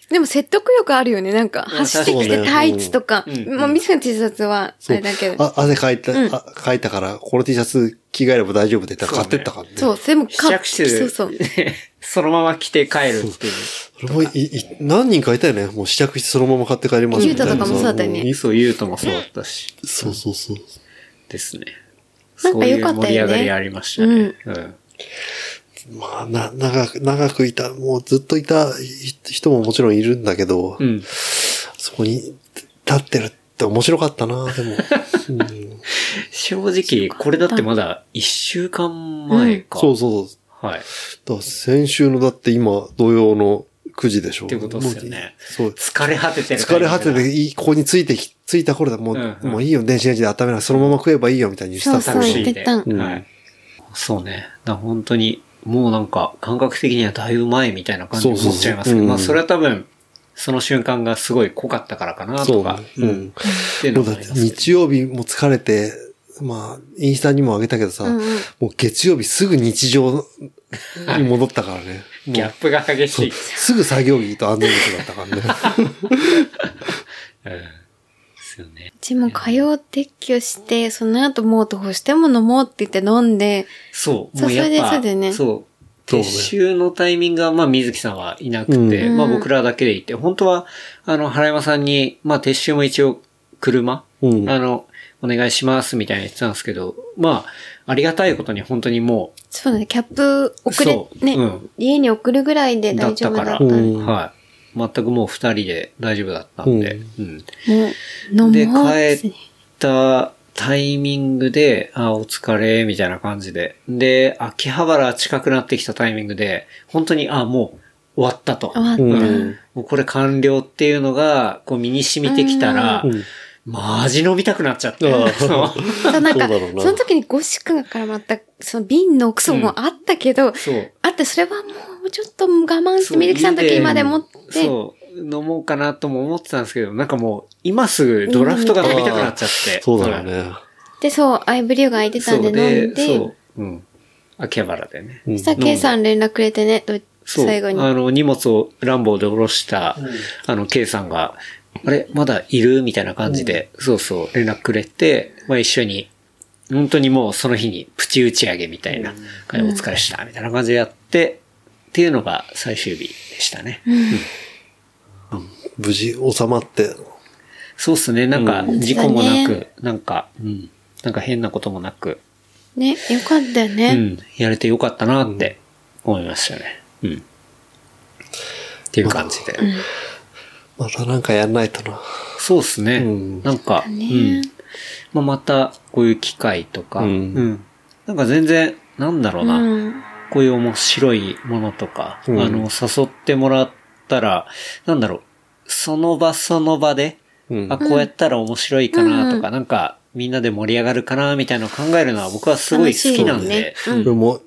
でも説得力あるよね。なんか走ってきそうてねタイツとか。うんまあ、ミスの T シャツはあそうれだけど。あ汗かいた、あかいたから、この T シャツ着替えれば大丈夫って言ったら買ってったからね。そう、でも試着室そうで、そう。 そのまま来て帰るっていう。それもいい何人かいたよね。もう試着してそのまま買って帰りますみたいな。ゆうたとかもそうだったよねんそう、ゆうともそうだったし、そうそうそう。ですね。なんか良かそういうったよね盛り上がりありましたね。うん。まあ、な、長く、長くいた、もうずっといた人ももちろんいるんだけど、うん。そこに立ってるって面白かったな、 でも。うん正直、これだってまだ1週間前か。そうそうそう。はい。だから先週のだって今、同様の9時でしょ。ってことですよねもうそう。疲れ果ててる疲感じれだな。果てていい、ここについてき、ついた頃だ、もう、うんうんもういいよ、電子レンジで温めなそのまま食えばいいよ、みたいにしたそうそう言ってたうんはい。そうね。だから本当に、もうなんか感覚的にはだいぶ前みたいな感じに思っちゃいますけそうそうそうど、うんまあそれは多分、その瞬間がすごい濃かったからかなそとうか。う。ね。うんん。っていうものうだもあっりてますね。日曜日も疲れて、まあ、インスタにも上げたけどさ、うんうんもう月曜日すぐ日常に戻ったからね。もうギャップが激そしうい。すぐ作業着と安全靴だったからね。 うん。ですよねう。ちも火曜撤去して、その後もうどうしても飲もうって言って飲んで、そう。そうもうやっぱ、それでそうだよねそう。そう撤ね収のタイミングは、まあ、水木さんはいなくて、うんまあ、うん僕らだけでいて、本当は、あの、原山さんに、まあ、撤収も一応、車、うんあの、お願いしますみたいな言ってたんですけど、まあ、ありがたいことに本当にもそうだね、キャップ送れそ、うね、うん家に送るぐらいでう、だ大っ丈た夫だかったら、の。うんはい。全くもう二人で大丈夫だったんで、うん。もう、飲もうで、です帰っねたタイミングで、あ、お疲れ、みたいな感じで。で、秋葉原近くなってきたタイミングで、本当に、あ、もう終わったと。終わった。うんもうこれ完了っていうのが、こう身に染みてきたら、マジ飲みたくなっちゃって。ああ そうそうなんそうだか、そろうなの時にゴシックからまた、その瓶の奥底もあったけど、そう。あって、それはもうちょっと我慢して、みるきさんの時まで持って、そう、飲もうかなとも思ってたんですけど、なんかもう、今すぐドラフトが飲みたくなっちゃって。そうだろうね。で、そう、アイブリューが空いてたそんうで飲んで、そう、うん。秋葉原でね。うんそしたら K さん連絡くれてね、どそう。最後に。あの、荷物を乱暴で下ろした、あの、K さんが、あれ、まだいるみたいな感じで、そうそう、連絡くれて、まあ一緒に、本当にもうその日にプチ打ち上げみたいな、お疲れした、みたいな感じでやって、っていうのが最終日でしたね。無事収まって、そうっすね。なんか、う事故もなそく、うだなんか、うん。なんか変なこともなく、ね、よかったようね。ん。やれてよかったなって思いましたね。うん。っていう感じで。またなんかやんないとな。そうっすね。うんなんか、ねうん。まあ、また、こういう機会とか、ううんん、なんか全然、なんだろうな、うんこういう面白いものとか、うんあの、誘ってもらったら、なんだろう、その場その場で、うんあ、こうやったら面白いかなとか、なんか、みんなで盛り上がるかなみたいなのを考えるのは僕はすごい好きなんで楽、しいよね俺も、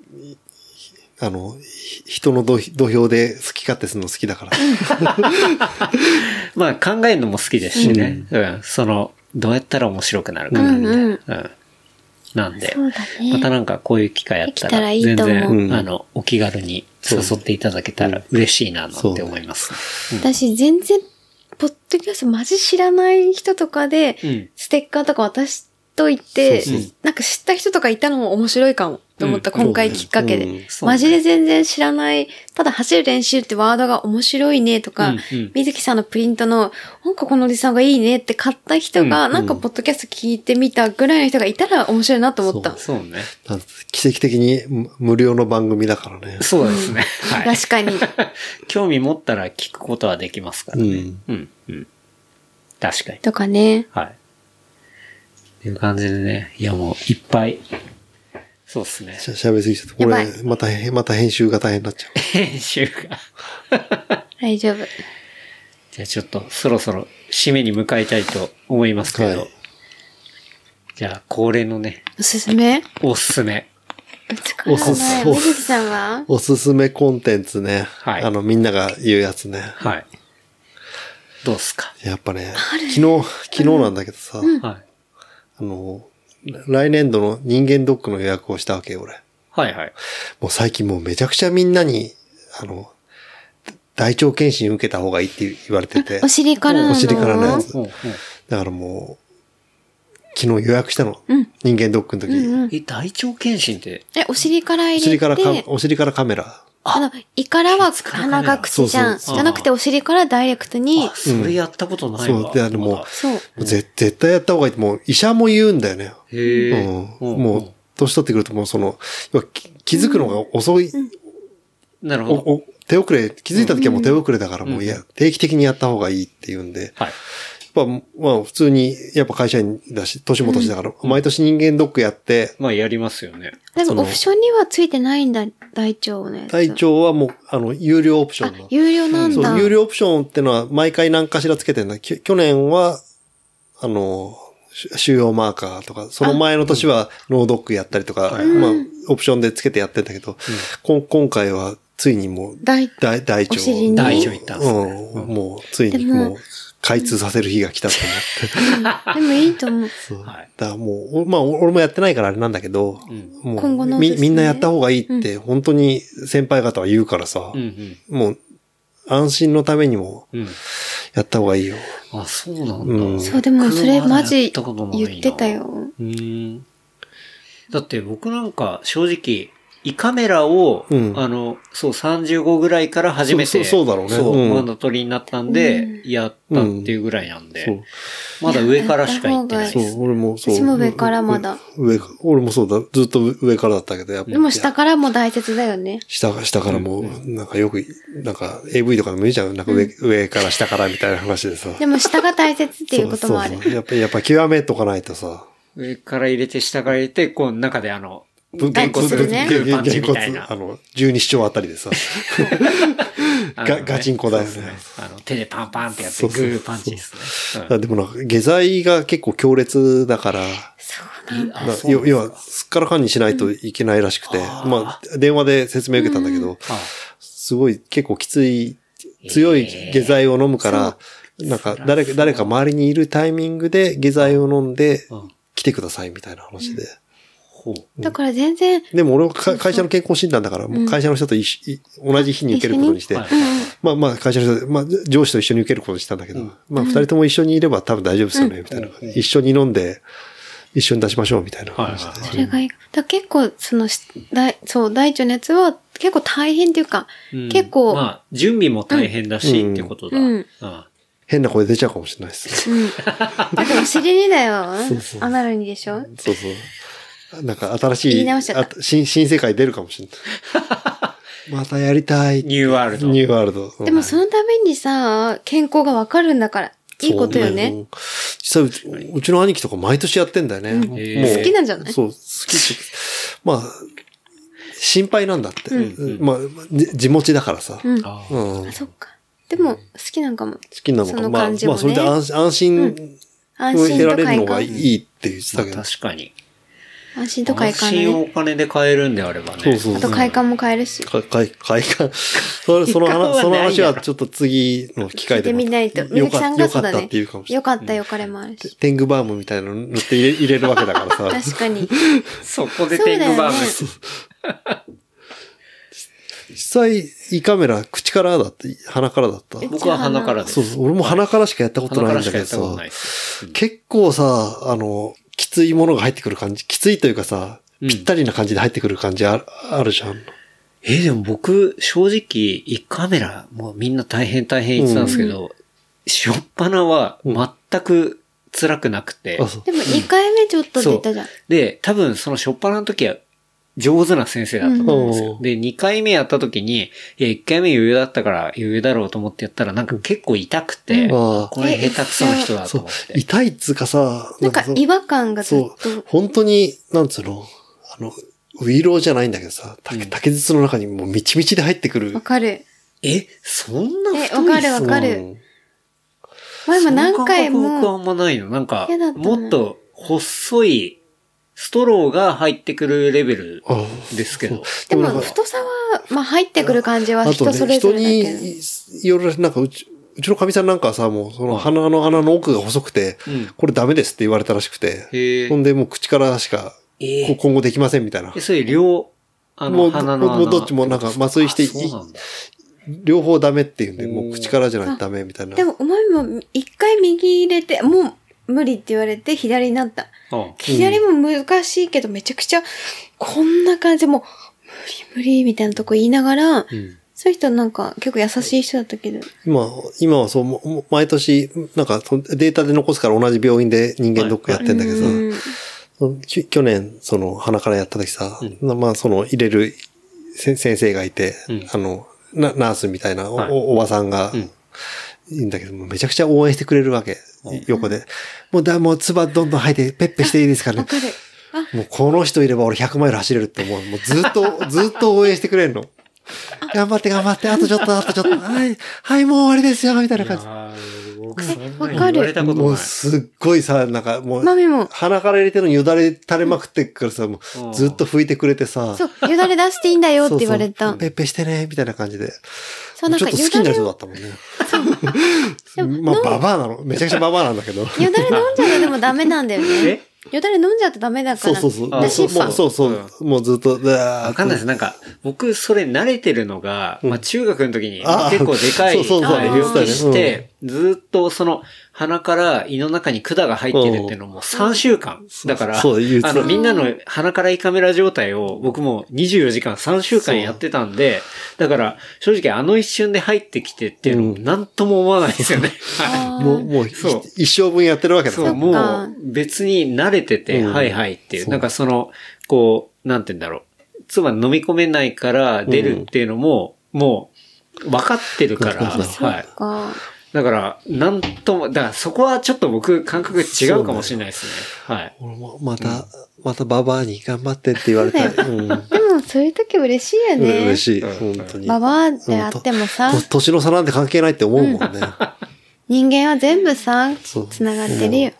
あの、ひ人の土土俵で好き勝手するの好きだから。まあ考えるのも好きですしね、うん、その、どうやったら面白くなるかなみたいな、ううんんうんなんで、そうだね。またなんかこういう機会あったできたら、らいいと全思う然、うんあの、お気軽に誘っていただけたら嬉しいななんて思います。私全然、ポッドキャストマジ知らない人とかで、うんステッカーとか渡しといて、そうそうなんか知った人とかいたのも面白いかも、と思っうた、ん今回きっかけで、うんそうねマジで全然知らない、ただ走る練習ってワードが面白いねとか、うんうん水木さんのプリントの、なんかこのおじさんがいいねって買った人が、なんかポッドキャスト聞いてみたぐらいの人がいたら面白いなと思った。そうね。なんて奇跡的に無無料の番組だからね。そうですね。はい。確か に。興味持ったら聞くことはできますからね。うんうん。うん。確かに。とかね。はい。っていう感じでね。いやもう、いっぱい。そうっすね。しゃ喋りすぎちゃった。やば俺い、また、また編集が大変になっ ちゃ編集が。大丈夫。じゃあちょっと、そろそろ、締めに向かいたいと思いますけど。はいじゃあ、恒例のね、おすすめおすすめ。おすすめ。おすすめ水木さんはう。おすすめコンテンツね。はいあの、みんなが言うやつね。はい。どうっすかやっぱね、昨日、昨日なんだけどさ、はい。あの、来年度の人間ドックの予約をしたわけよ、俺。はいはい。もう最近もうめちゃくちゃみんなに、あの、大腸検診受けた方がいいって言われてて。お尻からなのお尻からのやつ。うんうんだからもう、昨日予約したの。人間ドックの時。え、大腸検診って、え、お尻からお入れ尻て、からかお尻からカメラ。あの、胃からは鼻がそ口うじゃそん。うじゃなくてお尻からダイレクトに、それやったことないわ。そうであのもうまだそう。ぜ絶対やった方がいいって、もう医者も言うんだよね。へうえ。ん。うんもう、年取ってくるともうその、要はき気づくのが遅い、うん、なるおほど。お手遅れ、気づいた時はもう手遅れだからもう、うんいや、定期的にやった方がいいって言うんで。はい。やっぱ、まあ普通に、やっぱ会社員だし、年も年だから、毎年人間ドックやって、まあ、やりますよね。なんそかのオプションにはついてないんだ、大腸のやつ。体調はもう、あの、有料オプショあンの、。有料なんだ。そう、有料オプションってのは毎回何かしらつけてんだ。き去年は、あの、し収容マーカーとか、その前の年は脳ドックやったりとか、まあ、オプションでつけてやってんだけど、こん今回はついにもう、大大大腸お尻に大腸行ったんですねうん、もう、ついにでももう、開通させる日が来たと思って。でもいいと思う。そう。はい だからもう、おまあ、お俺もやってないからあれなんだけど、もう今後のでみ、すねみんなやった方がいいって、本当に先輩方は言うからさ、うんもう、安心のためにも、うん。うん。やった方がいいよ。あ、そうなんだ。うんそう、でもそれマジ僕まだやったことないな言ってた。よ。うーん。だって僕なんか正直、胃カメラを、うんあの、そう、35ぐらいから初めて、そうそうそうだろうねそううんマンダトリになったんで、やったっていうぐらいなんで、そう。まだ上からしか行ってないそでうす。、俺もそう。私も上からまだう。上、俺もそうだ。ずっと上からだったけど、やっぱ。でも下からも大切だよね。下が、下からもう、なんかよく、なんか AV とかでも言うじゃん。なんか上、上から下からみたいな話でさ。でも下が大切っていうこともあるそう。そうそうやっぱ、やっぱ極めとかないとさ。上から入れて、下から入れて、こう、中であの、ぶげんこするねグーパンチみたいげんこなつあ。の、十二指腸あたりでさ。あのねガチンコだよねそうですあの、手でパンパンってやって、そうグそうそうーパンチですね。うんでもなんか、下剤が結構強烈だから、あなそう要要は、すっからかんにしないといけないらしくて、まあ、電話で説明受けたんだけど、あすごい結構きつい、強い下剤を飲むから、なんか誰か、誰か周りにいるタイミングで下剤を飲んでうん、来てくださいみたいな話で。ほう。だから全然、でも俺はか会社の健康診断だから、もう会社の人と一緒い同じ日に受けることにして、はいはいまあまあ会社の人、まあ上司と一緒に受けることにしたんだけど、まあ二人とも一緒にいれば多分大丈夫ですよね、みたいな、一緒に飲んで、一緒に出しましょうみたいな話はいで。はいそれがいい。だから結構、そのし、大そう、大腸熱は結構大変っていうか、うん結構、まあ、準備も大変だし、うんってことだ。うんうん変な声出ちゃうかもしれないです。うん。だってお尻にだよ。アナルにでしょそうそう。なんか新しい、言い直しちゃったあ新新世界出るかもしれ ない。またやりたい。ニューワールド。ニューワールド。うんでもそのためにさ、健康がわかるんだから、いいことよね。。そう実際うち、うちの兄貴とか毎年やってんだよね。もうへー好きなんじゃないそう、好きって。まあ、心配なんだって。まあ、じ地持ちだからさ。うん。あーうん。好あそっか。でも、好きなんかも。きなのそか。のまあ、感じまもあ、それねで安安心安を心得らとれるの快が感い。いって言ってまたあけど。確かに。安心と快感だ安心をね。お金で買えるんであればね。そうそうあと快感も変えるし。か、か い、快感。それ、その快感は話、そのない話やろはちょっと次の機聞会いてでも。みないと。みよゆきかさんよがかそうっだたっねていうかも。しれよない。かったよかれもあるし。テングバームみたいなの塗って入れ入れるわけだからさ。 確 かに。そこでテングバーグ。そ実際、胃カメラ、口からだって、鼻からだった。僕は鼻からです。そうそう、俺も鼻からしかやったこと鼻かないらんだしけかどやったこさとないです。結構さ、あの、きついものが入ってくる感じ、きついというかさ、うんぴったりな感じで入ってくる感じあるあるじゃん。えーでも僕、正直、胃カメラ、もうみんな大変大変言ってたんですけど、しょっぱなは全く辛くなくて、あ、そうでも2回目ちょっとって言ったじゃん。で、多分そのしょっぱなの時は上手な先生だったと思うんですよ。うんで、2回目やった時に、いや、1回目余裕だったから余裕だろうと思ってやったら、なんか結構痛くて、あこれ下手くそな人だとそう思って。痛いっつうかさ、なんかそう違和感がずっそとう、。本当に、なんつうの、あの、ウィローじゃないんだけどさ、たうん竹筒の中にもうみちみちで入ってくる。わかる。え、そんなえ、太わいかるわかうる。ん前も何回その感覚僕はあも、んまないの。なんか嫌だっ、たなもっと細いストローが入ってくるレベルあですけど。でなんもか太さは、まあ入ってくる感じはあと人そね、れぞ人れだけど。によるらしい、なんかうち、うちのかみさんなんかはさ、もうその鼻の穴の奥が細くて、うんこれダメですって言われたらしくて、へほーんでもう口からしか、えこー。今後できませんみたいなえ、。それ両、あもの、う鼻の穴。もうどっちもなんか麻酔してあそうなんだ両方ダメって言うんで、もおうー口からじゃないとダメみたいな。でも、お前も一回右入れて、もう無理って言われて左になった。うん左も難しいけど、めちゃくちゃ、こんな感じ、もう、無理無理みたいなとこ言いながら、うんそういう人なんか結構優しい人だったけど、今、今はそうもう、もう毎年、なんかそのデータで残すから同じ病院で人間ドックやってんだけどさ、うんそのき去年、その鼻からやった時さ、まあその入れるせ先生がいて、うんあの、なナースみたいなお,、はいおばさんが、うんいいんだけども、めちゃくちゃ応援してくれるわけ、横で。もうだ、もう唾どんどん吐いて、ペッペしていいですからわね。かる。あ、もうこの人いれば俺100マイル走れるって思う。もうずっ と、ずっと応援してくれるの。頑張って頑張って、あとちょっと、あとちょっと、はい、はい、もう終わりですよ、みたいな感じ。あー僕えそんなにわかる言われたこともなうい。すっごいさ、なんかもう、マミも、鼻から入れてるのによだれ垂れまくってっからさ、もうんうずっと拭いてくれてさ、そう、よだれ出していいんだよって言われそうたそう。ペッペしてね、みたいな感じで。そう、なんちょかっと よ好きだになりれ、そうよだったもんね。 まあ、ババアなの。めちゃくちゃババアなんだけど。だれ飲んじゃうとでもダメなんだよね。よだれ飲んじゃうとダメ だかそうら。そうそう。あもうそう審判そうそう。もうずっと、わわかんないです。なんか、僕、それ慣れてるのが、まあ、中学の時に、あー結構でかいそうそうそう病気し言ってたて、ずっと、その、鼻から胃の中に管が入ってるっていうのも3週間。だから、そうそう言うあの、みんなの鼻から胃カメラ状態を僕も24時間3週間やってたんで、だから、正直あの一瞬で入ってきてっていうのも何とも思わないですよね。はいあーもう、もう、そう一生分やってるわけだかそらう、。もう別に慣れてて、うんはいはいっていう。なんかその、こう、なんて言うんだろう。つまり飲み込めないから出るっていうのも、もう、分かってるから、そうそはい。か。だから、なんとも、だからそこはちょっと僕、感覚違うかもしれないですね。はい。俺もまた、またババアに頑張ってって言われたい。うん。でも、そういう時嬉しいよね。嬉しい。うん本当に。ババアであってもさと、年の差なんて関係ないって思うもんね。人間は全部さ、そうつながってるよ。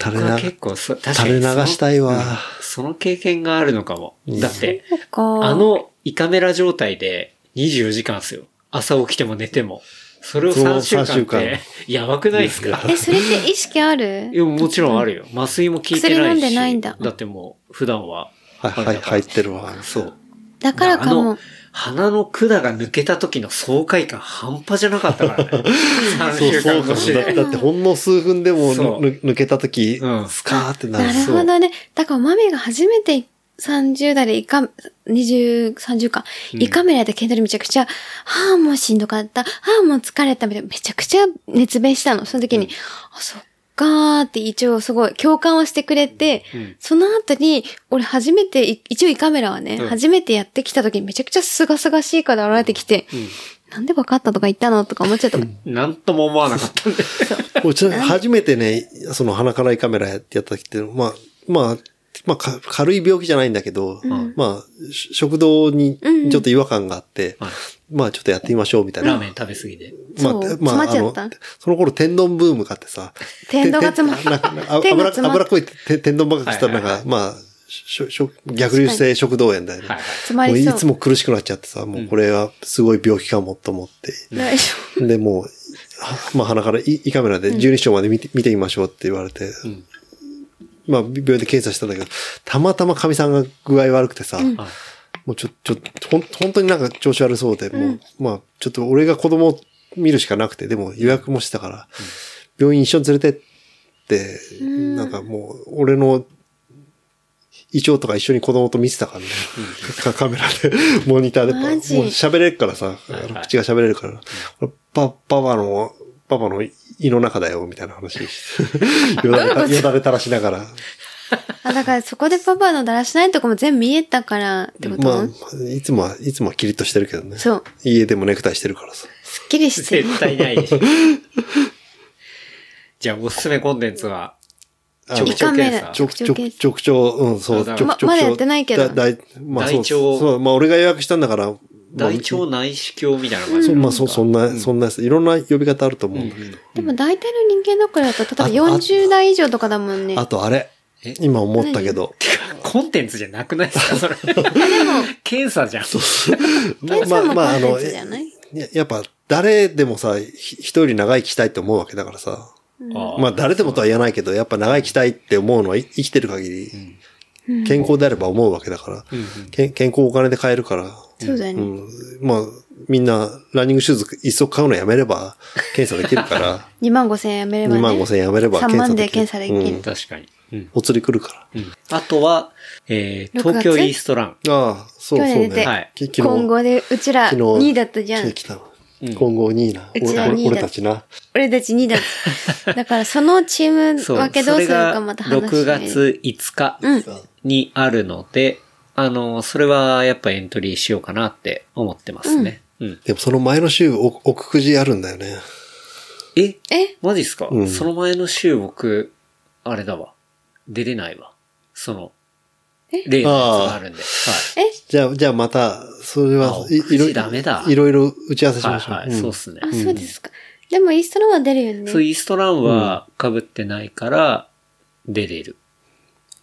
垂れ僕はな、結構そ、確か垂にれ流そのしたいわ。その経験があるのかも。だって、そっか。あ、の胃カメラ状態で24時間ですよ。朝起きても寝ても。それをその3週三週間っ間て、やばくないですかえ、それって意識あるいや、もちろんあるよ。麻酔も効いてないし。薬飲んでないんだってもう、普段は。はい、はい、入ってるわ。そう。だからかあもの。、鼻の管が抜けた時の爽快感半端じゃなかったから ね。そう3週そう間か越しも。だで。だってほんの数分でもそうぬ抜けた時うん、スカーってななる。るそほうどね。だから、マミが初めて30代でイカ、20、30か、イカメラでケンドルめちゃくちゃ、はあ、もうしんどかった、はあ、もう疲れた、みたいな、めちゃくちゃ熱弁したの。その時に、あ、そっかーって一応すごい共感をしてくれて、うんその後に、俺初めて、い一応イカメラはね、うん初めてやってきた時にめちゃくちゃすがすがしいから現れてきて、なんで分かったとか言ったのとか思っちゃった。なんとも思わなかったん で。もうちなみに初めてね、その鼻からいカメラやってやった時って、まあ、まあ、まあ、か軽い病気じゃないんだけど、まあ、し食道にちょっと違和感があって、はいまあちょっとやってみましょうみたいな。ラーメン食べ過ぎで。まあそう、まあ、あ詰まっのちゃった、その頃天丼ブームがあってさ。天丼が詰まっな なあ天油が詰まっ油っこいて天丼ばっかりしたらなんはいか、まあ、しょしょ逆流性食道炎だよね。はい。つまもうりいそう。つも苦しくなっちゃってさ、もうこれはすごい病気かもと思って。大丈で、もう、はまあ鼻から胃胃カメラで12章まで見て,、見てみましょうって言われて、んまあ病院で検査したんだけど、たまたま神さんが具合悪くてさ、はいもうちょ、ちょ、ほん、本当になんか調子悪そうで、もう、まあ、ちょっと俺が子供を見るしかなくて、でも予約もしたから、病院一緒に連れてって、なんかもう、俺の胃腸とか一緒に子供と見てたからね。かカメラで、モニターで、もうマジ喋れるからさ、あはいの口が喋れるから、パパパの、パパの胃の中だよ、みたいな話。よだれたよだれ垂らしながら。 夫。あ、だからそこでパパのだらしないとこも全部見えたからってこと、まあ、いつもは、いつもはキリッとしてるけどね。そう。家でもネクタイしてるからさ。すっきりしてる。絶対ないでしょ。じゃあ、おすすめコンテンツは、あ 直腸の胃カメ検ラ査。直直腸直直腸、うん、そう、あだ直からま直まだやってないけどだ大まあ、大そう、腸そう、まあ、俺が予約したんだから、まあ大腸内視鏡みたいな感じそ。うまあ、そう、そんな、そんな、いろんな呼び方あると思うんだけど。でも大体の人間だからだと、例えばああ40代以上とかだもんね。あと、あれえ。今思ったけど。コンテンツじゃなくないですかそれ。 検査じゃん。検査もコンテンツじゃない、ややっぱ、誰でもさ、ひ一人長生きしたいって思うわけだからさ。あまあ、誰でもとは言わないけど、やっぱ長生きしたいって思うのは、い生きてる限り、健康であれば思うわけだから、け健康をお金で買えるから、そうだようね。ん、まあ、みんな、ランニングシューズ一足買うのやめれば、検査できるから、 2万5千 円やめればね。 2万5千円やめれば3万で検検査査でできるきうるん。確かに。うんお釣り来るかあとは、えー6東月京イーストラン。ら。ああ、そうそう去年出ね。て、はいき昨日今後で、うちら昨日2位だったじゃん来。てきた今後2位な。うちら俺二位だ俺俺たちな。俺たち2位だった。だからそのチームそう。分けどうするかまたそれ話がし6ない月5日うんにあるので、あの、それはやっぱエントリーしようかなって思ってますね。うん。でもその前の週、お奥くじあるんだよね。ええマジっすか、うんその前の週僕、あれだわ。出れないわ。その、例のやつがあるんで。はい。えじゃあ、じゃあまた、それはあ、い奥くじいろいダメだいろいろ打ち合わせしはまいしょう。はい、んそうっすね。あ、そうですか。でもイーストローは出るよね。そう、イーストランは被ってないから、出れる。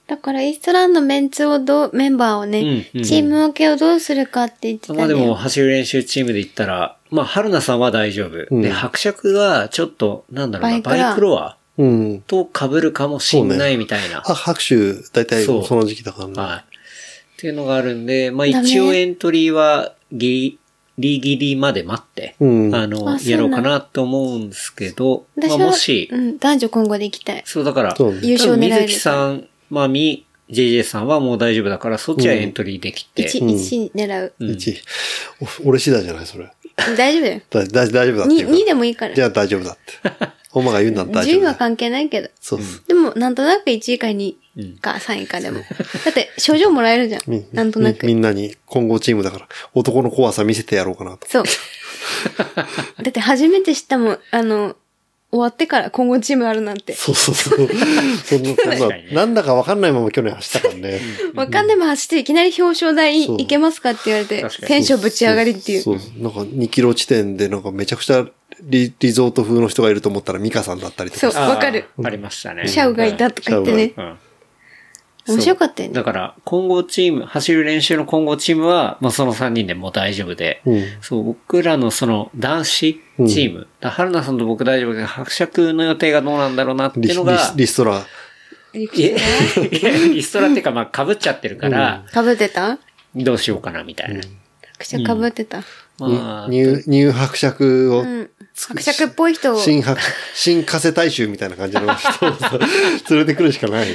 だから、イーストランドメンツをどう、メンバーをね、うんうんチーム分けをどうするかって言ってたね。まあでも、走る練習チームで言ったら、まあ、春菜さんは大丈夫。うんで、伯爵は、ちょっと、なんだろうな、バイクラバイクロアうん。と被るかもしんそうないねみたいな。あ、拍手、だいたいそうその時期だからね。はい。っていうのがあるんで、まあダメ一応エントリーはギリリギリまで待って、うんあのあやろうかなと思うんですけど、私まは、あ、もし、うん、男女混合で行きたい。そうだから、そうね。優勝多分狙える。水木さん、まあ、み、JJ さんはもう大丈夫だから、そっちはエントリーできて。 1、一狙う。うん一、お俺次第じゃない、それ。大丈夫だよ。だだ大丈夫だってに言うから。 2でもいいからじ。ゃあ大丈夫だっ て。ほんまが言うんだったら大丈順夫位だは。関係ないけど。そうそう。でも、なんとなく1位か2位か3位かでも。だって、賞状もらえるじゃんみ。なんとなくみ。みんなに混合チームだから、男の怖さ見せてやろうかなと。そう。だって、初めて知ったもん、あの、終わってから今後チームあるなんて。そうそう そう。そんな、そんなかにねなんだかわかんないまま去年走ったからね。わかんでも走っていきなり表彰台そういけますかって言われて確か、にテンションぶ ち上がりっていう。そうそうなんか2キロ地点でなんかめちゃくちゃリリゾート風の人がいると思ったらミカさんだったりとか。そうわかるあーありましたね。シャウがいたとか言ってね。うん。面白かったよねだ。から、混合チーム、走る練習の混合チームは、まあ、その3人でもう大丈夫で、うん。そう、僕らのその男子チーム、だ春菜さんと僕大丈夫で、伯爵の予定がどうなんだろうなってリいうリのが、リストラ。いやいやリストラっていうか、まあ、被っちゃってるから、かぶってたどうしようかな、みたいな。くしゃかぶってた。にまあ、入、入伯爵を、うん。伯爵っぽい人を。新伯、新加瀬大衆みたいな感じの人を さ連れてくるしかない。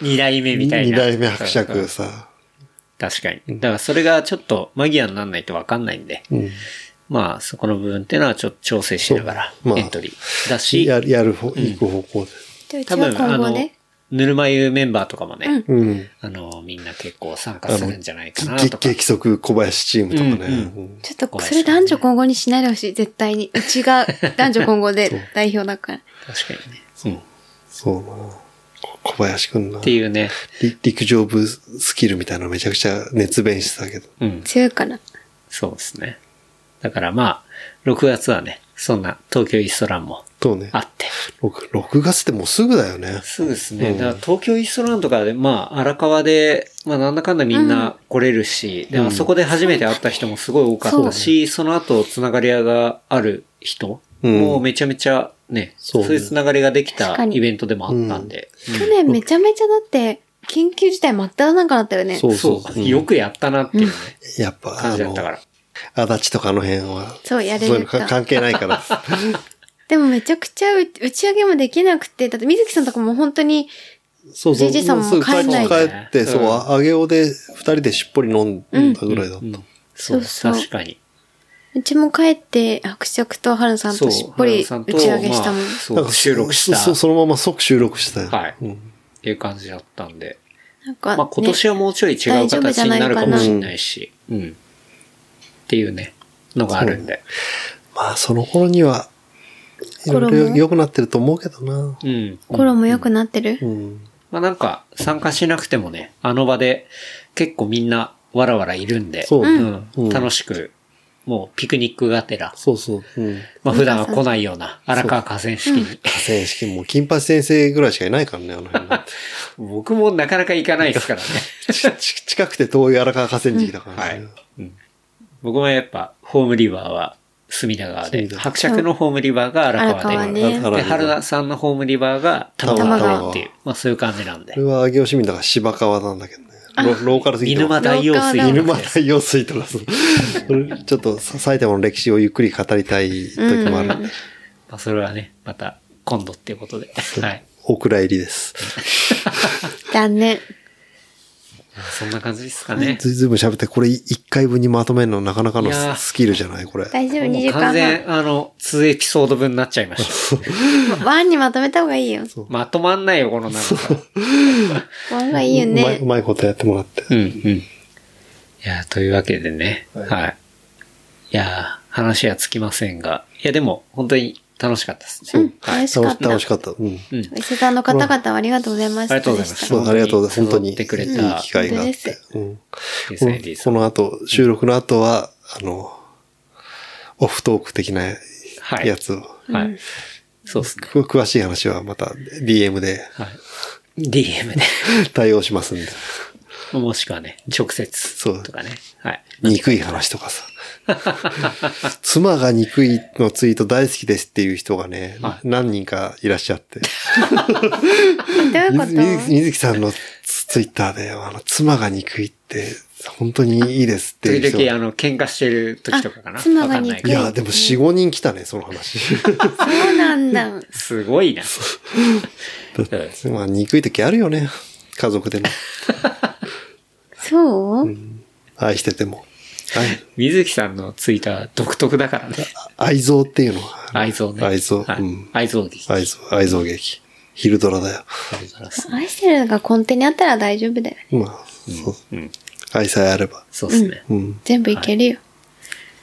二代目みたい二な。代目伯うんう爵んさ。確かに。だからそれがちょっとマギアにならないとわかんないんで、うん。まあそこの部分っていうのはちょっと調整しながらそうまあエントリーだし、ややる方、行く方向で。じゃあうち多は分あ今後のね。、ぬるま湯メンバーとかもね、うん。あの、みんな結構参加あすのるんじゃない、かな激とか。激速小林チームとかね。うんうんちょっと、それ男女混合にしないでほしい、絶対 に。うちが男女混合で代表だから。確かにね。うん。っそうな。こ小林くんなて。いうね。り陸上部スキルみたいなのめちゃくちゃ熱弁してたけど。うん。強いから。そうですね。だからまあ、6月はね、そんな東京イーストランもとねあ。って。 6, 6月ってもうすぐだよね。そうですね。だから東京イーストランドとかで、まあ、荒川で、まあ、なんだかんだみんな来れるし、で、あそこで初めて会った人もすごい多かったし、その後、つながり屋がある人うんもうめちゃめちゃね、そそううねいうつながりができ確たかにイベントでもあったんで、去年めちゃめちゃだって、緊急事態真っ只中だったよね。そうそそう。う、よくやったなっていうね、やっぱ、感あじだっのた、から。足立とかの辺は。そうやれるいうのか関係な いから。でもめちゃくちゃう打ち上げもできなくて、だって水木さんとかも本当に、そうそう。じいじさんもうすぐ帰んない帰って、うんそう、ああげおで二人でしっぽり飲んだぐらいだった。うんそう、そうそう確かに。うちも帰って、伯爵と春さんそとう、しっぽ原り田さん打とち上げしたもん。まあなそんう、か収録した。そう、そのまま即収録したよ。はいうんっていう感じだったんで。なんか、ね、まあ今年はもうちょい違う形になるかもしれないし、うん。っていうね、のがあるんで。まあ、その頃には、いろいろ衣良くなってると思うけどな。うん。心も良くなってる、うん。まあなんか参加しなくてもね、あの場で結構みんなわらわらいるんで、そううんうん楽しく、もうピクニックがてら、そうそう。うん。まあ普段は来ないような荒川河川敷に。河川敷も金八先生ぐらいしかいないからね、あの辺なんて。僕もなかなか行かないです からね。ちち近くて遠い荒川河川敷だからね。僕もやっぱホームリバーは隅田川で隅、田川伯爵のホームリバーが荒川で。荒川ね荒で、川春菜さんのホームリバーが多摩多摩川川っていう、まあそういう感じなんでこれ。は上尾市民だから芝川なんだけどね。ロローカルすぎ見て沼ます。大用水見沼大用水とかそうそれちょっとさ埼玉の歴史をゆっくり語りたい時もある。まあそれはね、また今度っていうことで。はい。お蔵入りです。残念。そんな感じですかね。ずいぶん喋って、これ一回分にまとめるのなかなかのいやーススキルじゃないこれ。大丈夫、2もう時完間半。全、あの、2エピソード分になっちゃいました。ワンにまとめた方がいいよ。まとまんないよ、この中か。ワンがいいようまいねう。まいことやってもらって。うん、うん。いや、というわけでね。はい。いや、話はつきませんが。いや、でも、本当に楽しかったですうねん。、楽しかっ。楽した楽しかった。うん。うん。伊勢丹の方々はありがとうございました。ありがとうございましたまあありがとうございます。本当に。集ってくれたいい機会があっ本当でて。うん。でこすのね、リーさこん。の後、収録の後は、あの、オフトーク的なはいやつを、はい。そうですね。く詳しい話はまた DM ではい。DM で。対応しますん で。もしくはね、直接。そうとかね。はい。憎い話とかさ。 妻が憎いのツイート大好きですっていう人がね、は何人かいらっしゃって。どういうみこずみずとみずきさんのツツイッターで、あの、妻が憎いって本当にいいですっていう時人。々、あの、喧嘩してる時とかかな。あ妻がわかんない憎けいど。や、でも4、5人来たね、その話。 そうなんだ。すごいな。うんまあ、憎い時あるよね。家族でも。そう、愛してても。愛水木さんのツイッター独特だからね。愛憎っていうのは。愛憎ね。愛憎。。はいうん。愛憎劇。愛憎、愛憎劇。昼ドラだよ。愛してるのが根底にあったら大丈夫だよね。まあ、そう。うん。愛さえあれば。そうですね。うん。全部いけるよ。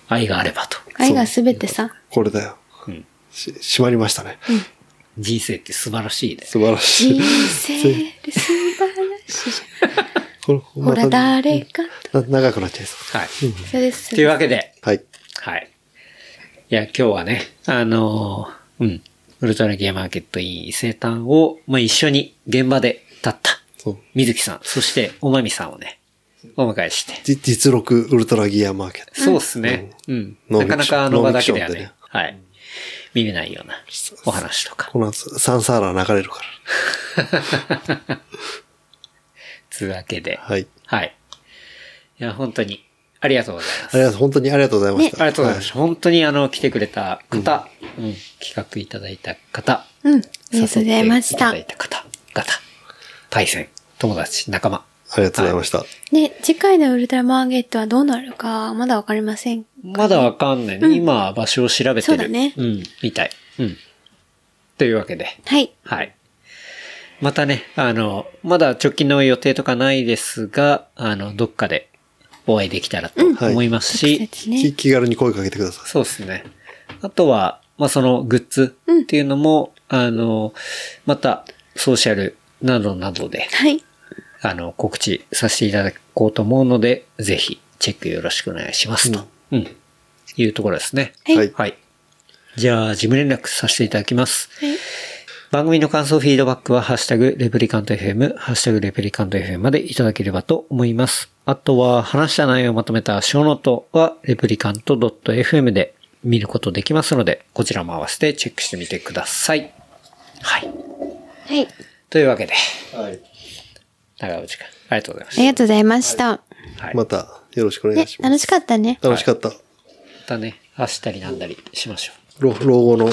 愛があればと。愛がすべてさ。これだよ。うんし、閉まりましたね。人生って素晴らしいね。素晴らし人い。生で素晴らしいじこれゃん。ほまらた誰か。な長くなっちゃいそう。はい。そうです。というわけで、はい。はい。いや、今日はね、あのーうん。ウルトラゲーマーケットイン伊勢丹を、まあ、一緒に現場で立った、そう。水木さん、そして、おまみさんをね、お迎えして。じ実録ウルトラギアマーケット。そうですね。うん。ノンなかフィクなションかあの場だけではノンフィクションでねね、はい。見れないようなお話とか、この後、サンサーラ流れるかつうわけでら。。はい。はい。いや、本当に、ありがとうございます。ありがとう、本当にありがとうございました。ありがとうございました。本当にあの、来てくれた方、うん企画いただいた方、うん。あり誘っがとうごてざいましいたただ。いた方、方、対戦、友達、仲間。はい。ありがとうございました。ね、次回のウルトラマーケットはどうなるか、まだわかりません。まだわかんないね。今、場所を調べてる。そうだねうん、みたい。うん。というわけで、はい。はい。またね、あの、まだ直近の予定とかないですが、あの、どっかでお会いできたらと思いますし、直接きね。気軽に声かけてください。そうですね。あとは、まあ、そのグッズっていうのも、あの、また、ソーシャルなどなどで、はい。あの、告知させていただこうと思うので、ぜひ、チェックよろしくお願いしますと。うん。いうところですね。はいはい。はい。じゃあ、事務連絡させていただきます。番組の感想、フィードバックは、ハッシュタグ、レプリカント FM、ハッシュタグ、レプリカント FM までいただければと思います。あとは、話した内容をまとめた小ノートは、レプリカント .fm で見ることできますので、こちらも合わせてチェックしてみてください。はい。はい。というわけで、はい。長渕くん、ありがとうございまあしりがとうございました。た。はい。ままた、よろしくお願ねいし、ま楽す。しかったね。楽しかった。たね、走ったりなんだりしましょう。老老後の、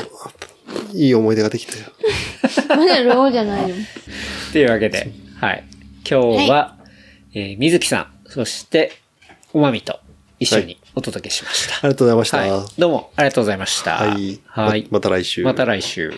いい思い出ができたよ。まだローじゃないよ。というわけで、はい。今日は、えー水木さん、そして、おまみと一緒にお届けしましあた。りがとうございました。はい。どうもありがとうございました。はい。はい。ままた来週。また来週。